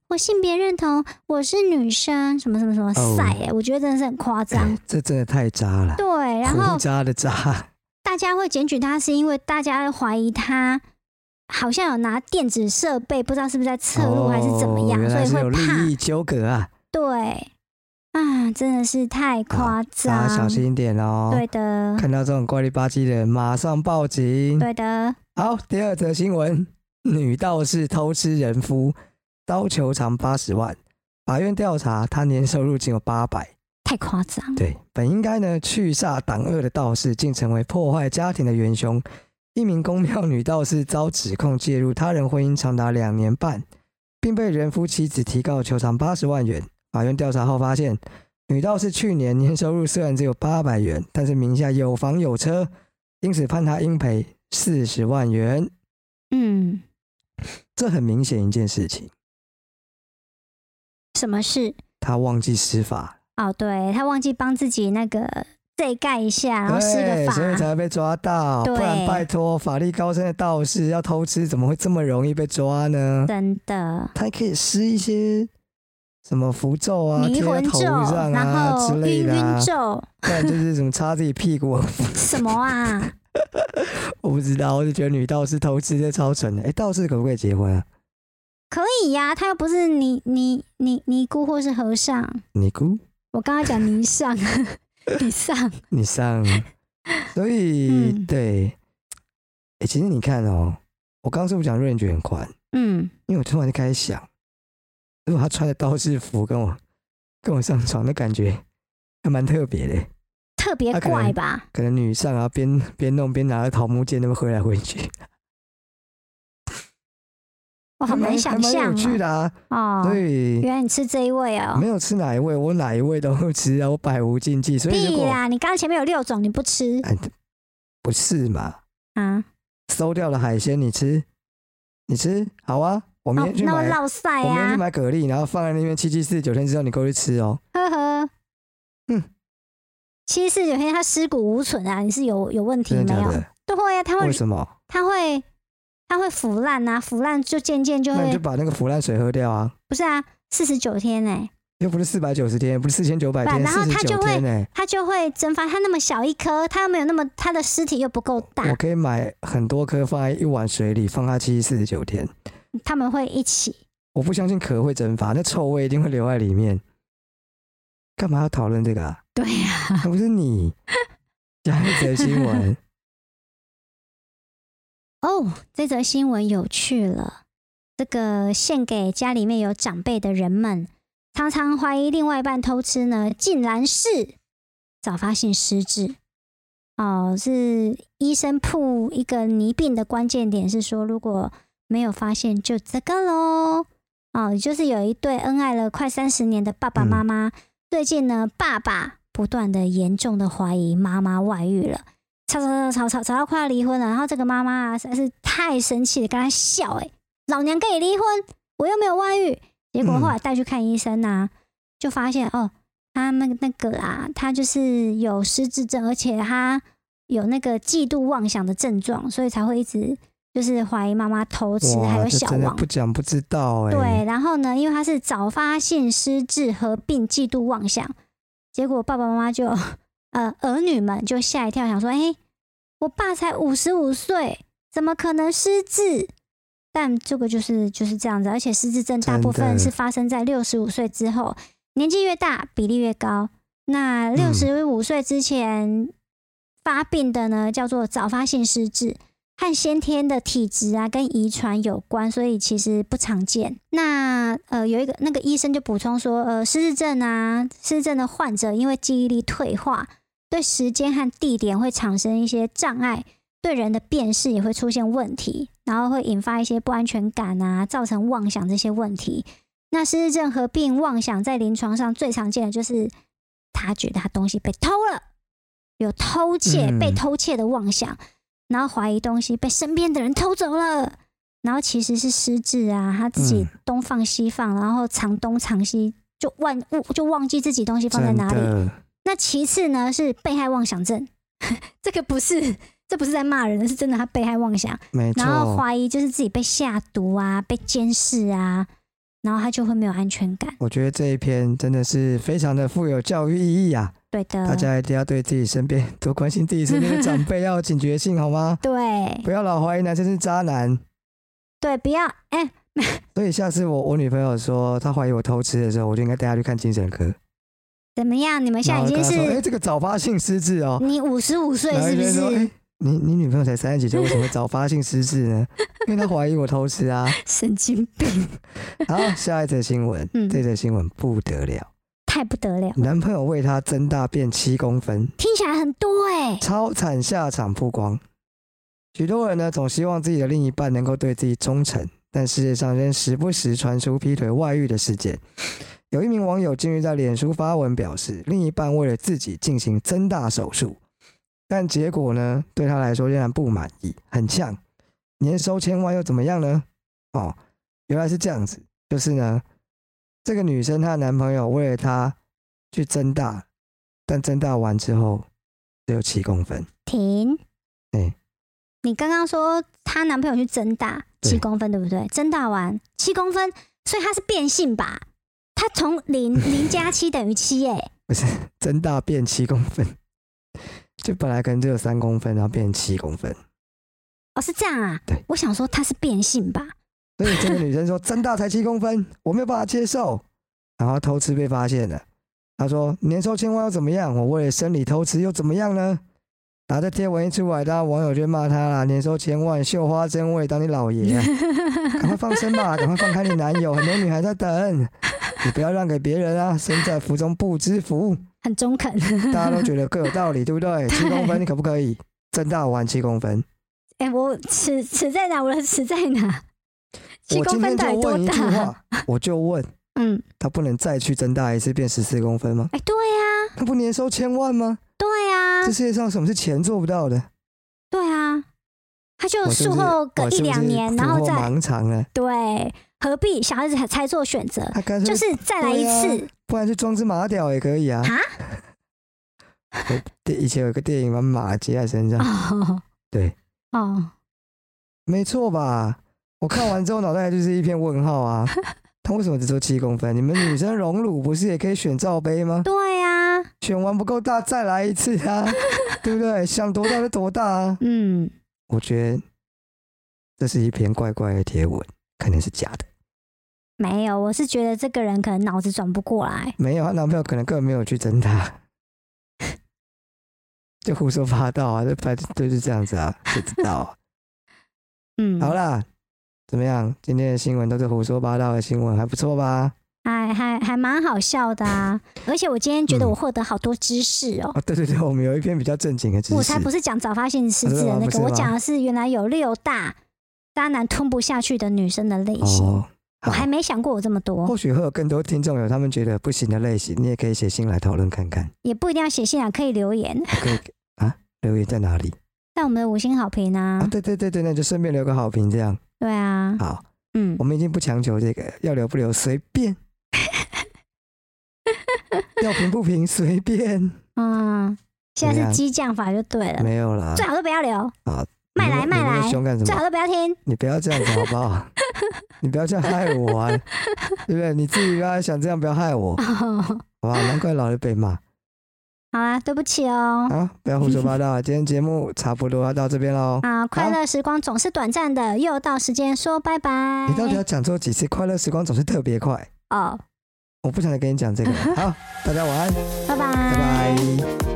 [SPEAKER 2] 我性别认同，我是女生，什么什么什么
[SPEAKER 1] 哦
[SPEAKER 2] 晒、欸，我觉得真的是很 夸张。
[SPEAKER 1] 这真的太渣了，
[SPEAKER 2] 对，然后
[SPEAKER 1] 胡渣的渣。
[SPEAKER 2] 大家会检举他，是因为大家怀疑他好像有拿电子设备，不知道是不是在侧录还是怎么样，
[SPEAKER 1] 哦原
[SPEAKER 2] 所
[SPEAKER 1] 来
[SPEAKER 2] 以
[SPEAKER 1] 是
[SPEAKER 2] 会
[SPEAKER 1] 有
[SPEAKER 2] 怕
[SPEAKER 1] 利。益纠葛啊，
[SPEAKER 2] 对，啊，真的是太夸
[SPEAKER 1] 啊大
[SPEAKER 2] 张。
[SPEAKER 1] 家小心一点哦。
[SPEAKER 2] 对啊的，
[SPEAKER 1] 看到这种怪力吧唧的，马上报警。
[SPEAKER 2] 对的。
[SPEAKER 1] 好，第二则新闻：女道士偷吃人夫，遭求偿八十万。法院调查，她年收入仅有八百。
[SPEAKER 2] 太夸张，
[SPEAKER 1] 对，本应该呢去煞党恶的道士，竟成为破坏家庭的元凶。一名公庙女道士遭指控介入他人婚姻长达两年半，并被人夫妻子提告求偿八十万元。法院调查后发现，女道士去年年收入虽然只有八百元，但是名下有房有车，因此判她应赔四十万元。
[SPEAKER 2] 嗯，
[SPEAKER 1] 这很明显一件事情，
[SPEAKER 2] 什么事？
[SPEAKER 1] 他忘记施法，
[SPEAKER 2] 哦，对他忘记帮自己那个这盖一下，然后施个
[SPEAKER 1] 对，所以
[SPEAKER 2] 法，
[SPEAKER 1] 才会被抓到。不
[SPEAKER 2] 对
[SPEAKER 1] 然拜托，法力高深的道士要偷吃，怎么会这么容易被抓呢？
[SPEAKER 2] 真的，
[SPEAKER 1] 他还可以施一些什么符咒啊，贴
[SPEAKER 2] 迷
[SPEAKER 1] 在
[SPEAKER 2] 魂
[SPEAKER 1] 头
[SPEAKER 2] 咒，
[SPEAKER 1] 上
[SPEAKER 2] 然
[SPEAKER 1] 啊之
[SPEAKER 2] 后
[SPEAKER 1] 类
[SPEAKER 2] 晕
[SPEAKER 1] 的、啊
[SPEAKER 2] 晕，咒，
[SPEAKER 1] 不然就是什么插自己屁股，
[SPEAKER 2] 什 么啊？
[SPEAKER 1] 我不知道。我就觉得女道士偷吃这超蠢的。哎，道士可不可以结婚啊？
[SPEAKER 2] 可以呀、他又不是尼尼尼尼姑或是和尚，
[SPEAKER 1] 尼姑，
[SPEAKER 2] 我刚刚讲 尼上，尼上，
[SPEAKER 1] 你 上。所以、
[SPEAKER 2] 嗯
[SPEAKER 1] 对，哎，其实你看哦，我刚刚是不是讲 range 很宽？
[SPEAKER 2] 嗯，
[SPEAKER 1] 因为我突然就开始想，如果他穿着道士服跟我跟我上床，那感觉还蛮特别的。
[SPEAKER 2] 特别
[SPEAKER 1] 他可能
[SPEAKER 2] 怪吧？
[SPEAKER 1] 可能女上啊，边边弄边拿着桃木剑那么挥来挥去，
[SPEAKER 2] 我
[SPEAKER 1] 还
[SPEAKER 2] 好
[SPEAKER 1] 蛮
[SPEAKER 2] 难
[SPEAKER 1] 还
[SPEAKER 2] 哦想
[SPEAKER 1] 蛮
[SPEAKER 2] 象
[SPEAKER 1] 有趣的啊。
[SPEAKER 2] 哦。
[SPEAKER 1] 所
[SPEAKER 2] 哦
[SPEAKER 1] 以
[SPEAKER 2] 原来你吃这一位哦
[SPEAKER 1] 没？有吃哪一位，我哪一位都吃啊，我百无禁忌。所以如
[SPEAKER 2] 屁
[SPEAKER 1] 果
[SPEAKER 2] 啦！你刚刚前面有六种，你不吃
[SPEAKER 1] 哎不是嘛，
[SPEAKER 2] 啊？
[SPEAKER 1] 馊掉的海鲜你吃，你吃好啊。我明
[SPEAKER 2] 哦
[SPEAKER 1] 天去，
[SPEAKER 2] 那我
[SPEAKER 1] 买，
[SPEAKER 2] 落晒
[SPEAKER 1] 我明天去
[SPEAKER 2] 啊！
[SPEAKER 1] 买蛤蜊，然后放在那边七七四十九天之后你过去吃哦。
[SPEAKER 2] 呵呵，
[SPEAKER 1] 嗯，
[SPEAKER 2] 七四九天他尸骨无存啊，你是有有问题
[SPEAKER 1] 真的
[SPEAKER 2] 没
[SPEAKER 1] 假
[SPEAKER 2] 有？
[SPEAKER 1] 的？
[SPEAKER 2] 对呀、啊，他会
[SPEAKER 1] 为什么？
[SPEAKER 2] 他会他会腐烂啊，腐烂就渐渐就
[SPEAKER 1] 那你就
[SPEAKER 2] 会
[SPEAKER 1] 把那个腐烂水喝掉啊。
[SPEAKER 2] 不是啊，四十九天哎、
[SPEAKER 1] 又不是四百九十天，不是四千九百天，欸
[SPEAKER 2] 不然后
[SPEAKER 1] 四
[SPEAKER 2] 他
[SPEAKER 1] 十
[SPEAKER 2] 就
[SPEAKER 1] 九
[SPEAKER 2] 会
[SPEAKER 1] 天呢、
[SPEAKER 2] 它就会蒸发。它那么小一颗，它又没有那么，它的尸体又不够
[SPEAKER 1] 我
[SPEAKER 2] 大，
[SPEAKER 1] 可以买很多颗放在一碗水里，放它七四十九天。
[SPEAKER 2] 它们会一起。
[SPEAKER 1] 我不相信壳会蒸发，那臭味一定会留在里面。干嘛要讨论这个啊？
[SPEAKER 2] 对呀、
[SPEAKER 1] 还不是 你下一则新闻，
[SPEAKER 2] 哦，这则新闻有趣了。这个献给家里面有长辈的人们，常常怀疑另外一半偷吃呢，竟然是早发性失智。哦，是医生铺一个疑病的关键点是说，如果没有发现，就这个喽。哦，就是有一对恩爱了快三十年的爸爸妈妈，最近呢，爸爸不断的严重的怀疑妈妈外遇了，吵吵吵吵吵吵到快要离婚了。然后这个妈妈啊，实在是太生气了，跟他笑、欸，老娘跟你离婚，我又没有外遇。结果后
[SPEAKER 1] 嗯
[SPEAKER 2] 来带去看医生呐、就发现哦，他们那个啊，他就是有失智症，而且他有那个嫉妒妄想的症状，所以才会一直就是怀疑妈妈偷吃，
[SPEAKER 1] 哇，
[SPEAKER 2] 还有
[SPEAKER 1] 这
[SPEAKER 2] 小
[SPEAKER 1] 真的
[SPEAKER 2] 王
[SPEAKER 1] 不。讲不知道哎、
[SPEAKER 2] 对，然后呢，因为他是早发性失智合并嫉妒妄想，结果爸爸妈妈就 呃儿女们就吓一跳，想说：“哎、我爸才五十五岁，怎么可能失智？”但这个就是就是这样子，而且失智症大部
[SPEAKER 1] 真
[SPEAKER 2] 分
[SPEAKER 1] 的
[SPEAKER 2] 是发生在六十五岁之后，年纪越大比例越高。那六十五岁之前发病的呢，叫做早发性失智，和先天的体质啊跟遗传有关，所以其实不常见。那呃，有一个那个医生就补充说，呃，失智症啊，失智症的患者因为记忆力退化，对时间和地点会产生一些障碍，对人的辨识也会出现问题，然后会引发一些不安全感啊，造成妄想这些问题。那失智症合并妄想，在临床上最常见的就是他觉得他东西被偷了，有偷窃、
[SPEAKER 1] 嗯
[SPEAKER 2] 被偷窃的妄想，然后怀疑东西被身边的人偷走了，然后其实是失智啊，他自己
[SPEAKER 1] 嗯
[SPEAKER 2] 东放西放，然后藏东藏西，就忘就忘记自己东西放在
[SPEAKER 1] 真
[SPEAKER 2] 哪里。
[SPEAKER 1] 的，
[SPEAKER 2] 那其次呢是被害妄想症， 这个不是这不是在骂人的，是真的他被害妄想，
[SPEAKER 1] 没
[SPEAKER 2] 然后
[SPEAKER 1] 错。
[SPEAKER 2] 怀疑就是自己被下毒啊，被监视啊，然后他就会没有安全感。
[SPEAKER 1] 我觉得这一篇真的是非常的富有教育意义啊！
[SPEAKER 2] 对的，
[SPEAKER 1] 大家一定要对自己身边多关心自己身边的 长辈，要有警觉性好吗？
[SPEAKER 2] 对
[SPEAKER 1] 不要老怀疑男生是渣男。
[SPEAKER 2] 对，不要哎、
[SPEAKER 1] 所以下次我我女朋友说她怀疑我偷吃的时候，我就应该带她去看精神科。
[SPEAKER 2] 怎么样？你们哎现
[SPEAKER 1] 然
[SPEAKER 2] 在
[SPEAKER 1] 后
[SPEAKER 2] 已
[SPEAKER 1] 跟
[SPEAKER 2] 经
[SPEAKER 1] 她说：“哎、
[SPEAKER 2] 是
[SPEAKER 1] 这个早发性失智哦。
[SPEAKER 2] 你五十五岁
[SPEAKER 1] 然后
[SPEAKER 2] 是
[SPEAKER 1] 一
[SPEAKER 2] 不
[SPEAKER 1] 边说
[SPEAKER 2] 是
[SPEAKER 1] 哎？你你女朋友才三十几岁，为什么会早发性失智呢？因为她怀疑我偷吃啊。
[SPEAKER 2] 神经病，
[SPEAKER 1] 好，下一则新闻，
[SPEAKER 2] 嗯
[SPEAKER 1] 这则新闻不得了，
[SPEAKER 2] 太不得了，
[SPEAKER 1] 男朋友为她增大变七公分，
[SPEAKER 2] 听起来很多哎、
[SPEAKER 1] 超惨下场曝光。许多人呢，总希望自己的另一半能够对自己忠诚，但世界上仍时不时传出劈腿、外遇的事件。有一名网友近日在脸书发文表示，另一半为了自己进行增大手术，但结果呢，对他来说仍然不满意，很呛。年收千万又怎么样呢？哦，原来是这样子，就是呢，这个女生她的男朋友为了她去增大，但增大完之后只有七公分。
[SPEAKER 2] 停。
[SPEAKER 1] 哎
[SPEAKER 2] 你刚刚说她男朋友去增大
[SPEAKER 1] 对
[SPEAKER 2] 七公分，对不对？增大完七公分，所以她是变性吧？她从 零零加七等于七，哎，
[SPEAKER 1] 增大变七公分， 就本来可能只有三公分，然后变七公分。
[SPEAKER 2] 哦，是这样啊
[SPEAKER 1] 对。
[SPEAKER 2] 我想说她是变性吧？
[SPEAKER 1] 所以这个女生说增大才七公分， 我没有办法接受。然后偷吃被发现了，她说年收千万又怎么样？我为了生理偷吃又怎么样呢？然后这贴文一出来，当然网友就骂她啦，年收千万，绣花针我也当你老爷、啊，赶快放生吧，赶快放开你男友，很多女孩在等，你不要让给别人啊，身在福中不知福。
[SPEAKER 2] 很中肯。
[SPEAKER 1] 大家都觉得各有道理，对不对？七公分你可不可以增大完七公分？
[SPEAKER 2] 哎、我尺尺在哪？我的 尺在哪？七
[SPEAKER 1] 我
[SPEAKER 2] 公
[SPEAKER 1] 今天
[SPEAKER 2] 分到
[SPEAKER 1] 就
[SPEAKER 2] 底多
[SPEAKER 1] 问一句
[SPEAKER 2] 大？
[SPEAKER 1] 话，我就问
[SPEAKER 2] 嗯，
[SPEAKER 1] 他不能再去增大一次变十四公分吗？
[SPEAKER 2] 哎、对呀、
[SPEAKER 1] 他不年收千万吗？
[SPEAKER 2] 对呀、
[SPEAKER 1] 这世界上什么是钱做不到的？
[SPEAKER 2] 对啊。她就
[SPEAKER 1] 我是
[SPEAKER 2] 术
[SPEAKER 1] 不是
[SPEAKER 2] 后隔
[SPEAKER 1] 我
[SPEAKER 2] 一
[SPEAKER 1] 是不
[SPEAKER 2] 两
[SPEAKER 1] 是
[SPEAKER 2] 年，然
[SPEAKER 1] 俘
[SPEAKER 2] 后
[SPEAKER 1] 获
[SPEAKER 2] 再
[SPEAKER 1] 盲肠 了，
[SPEAKER 2] 对，何必小孩子才才做选 择？
[SPEAKER 1] 他干脆
[SPEAKER 2] 就是再来一
[SPEAKER 1] 对啊
[SPEAKER 2] 次，
[SPEAKER 1] 不然就装只马屌也可以啊
[SPEAKER 2] 啊。
[SPEAKER 1] 我电以前有个电影把马接在身上，
[SPEAKER 2] 哦，
[SPEAKER 1] 对，
[SPEAKER 2] 哦，
[SPEAKER 1] 没错吧？我看完之后脑袋就是一片问号啊。他为什么只做七公分？你们女生荣辱不是也可以选罩杯吗？
[SPEAKER 2] 对啊呀、
[SPEAKER 1] 选完不够大再来一次啊，对不对？想多大就多大啊。
[SPEAKER 2] 嗯，
[SPEAKER 1] 我觉得这是一篇怪怪的贴文，可能是假的。
[SPEAKER 2] 没有，我是觉得这个人可能脑子转不过来，
[SPEAKER 1] 没有，她男朋友可能根本没有去整她，就胡说八道啊，就反正就是这样子啊，谁知道啊？
[SPEAKER 2] 嗯，
[SPEAKER 1] 好啦，怎么样？今天的新闻都是胡说八道的新闻，还不错吧？
[SPEAKER 2] 还还还蛮好笑的啊，而且我今天觉
[SPEAKER 1] 嗯
[SPEAKER 2] 得我获得好多知识哦。
[SPEAKER 1] 啊，对对对，我们有一篇比较正经的知识，
[SPEAKER 2] 我才不是讲早发性失
[SPEAKER 1] 啊
[SPEAKER 2] 智
[SPEAKER 1] 真的
[SPEAKER 2] 的
[SPEAKER 1] 吗
[SPEAKER 2] 那
[SPEAKER 1] 不
[SPEAKER 2] 个，
[SPEAKER 1] 是
[SPEAKER 2] 我
[SPEAKER 1] 吗
[SPEAKER 2] 讲的是原来有六大渣男吞不下去的女生的类型。
[SPEAKER 1] 哦。好
[SPEAKER 2] 我还没想过我这么多，
[SPEAKER 1] 或许会有更多听众有他们觉得不行的类型，你也可以写信来讨论看看。
[SPEAKER 2] 也不一定要写信啊，可以留言，
[SPEAKER 1] 可以啊，留言在哪里？
[SPEAKER 2] 但我们的五星好评
[SPEAKER 1] 啊，
[SPEAKER 2] 啊。
[SPEAKER 1] 对对对对，那就顺便留个好评，这样
[SPEAKER 2] 对啊，
[SPEAKER 1] 好。
[SPEAKER 2] 嗯
[SPEAKER 1] 我，们已经不强求这个，要留不留随 便，要评不评随便，
[SPEAKER 2] 嗯，
[SPEAKER 1] 怎
[SPEAKER 2] 现
[SPEAKER 1] 么
[SPEAKER 2] 在
[SPEAKER 1] 样
[SPEAKER 2] 是激将法就对了，
[SPEAKER 1] 没有啦
[SPEAKER 2] 最。好都不要留，
[SPEAKER 1] 你
[SPEAKER 2] 卖
[SPEAKER 1] 那
[SPEAKER 2] 来
[SPEAKER 1] 么
[SPEAKER 2] 卖
[SPEAKER 1] 你那么
[SPEAKER 2] 来
[SPEAKER 1] 凶干什
[SPEAKER 2] 最
[SPEAKER 1] 么
[SPEAKER 2] 好？都不要听。
[SPEAKER 1] 你不要这样子好不好？你不要这样害我啊，对不对？你自己不要想这样，不要害我，好
[SPEAKER 2] 哦
[SPEAKER 1] 吧？难怪老是被骂。
[SPEAKER 2] 好啦，对不起哦。
[SPEAKER 1] 好，不要胡说八道，啊今天节目差不多要到这边喽。
[SPEAKER 2] 啊，快乐时光总是短暂的，又到时间说拜拜。
[SPEAKER 1] 你到底要讲错几次？快乐时光总是特别快，
[SPEAKER 2] 哦，
[SPEAKER 1] 我不想再跟你讲这个了。好，大家晚安，
[SPEAKER 2] 拜拜，
[SPEAKER 1] 拜拜。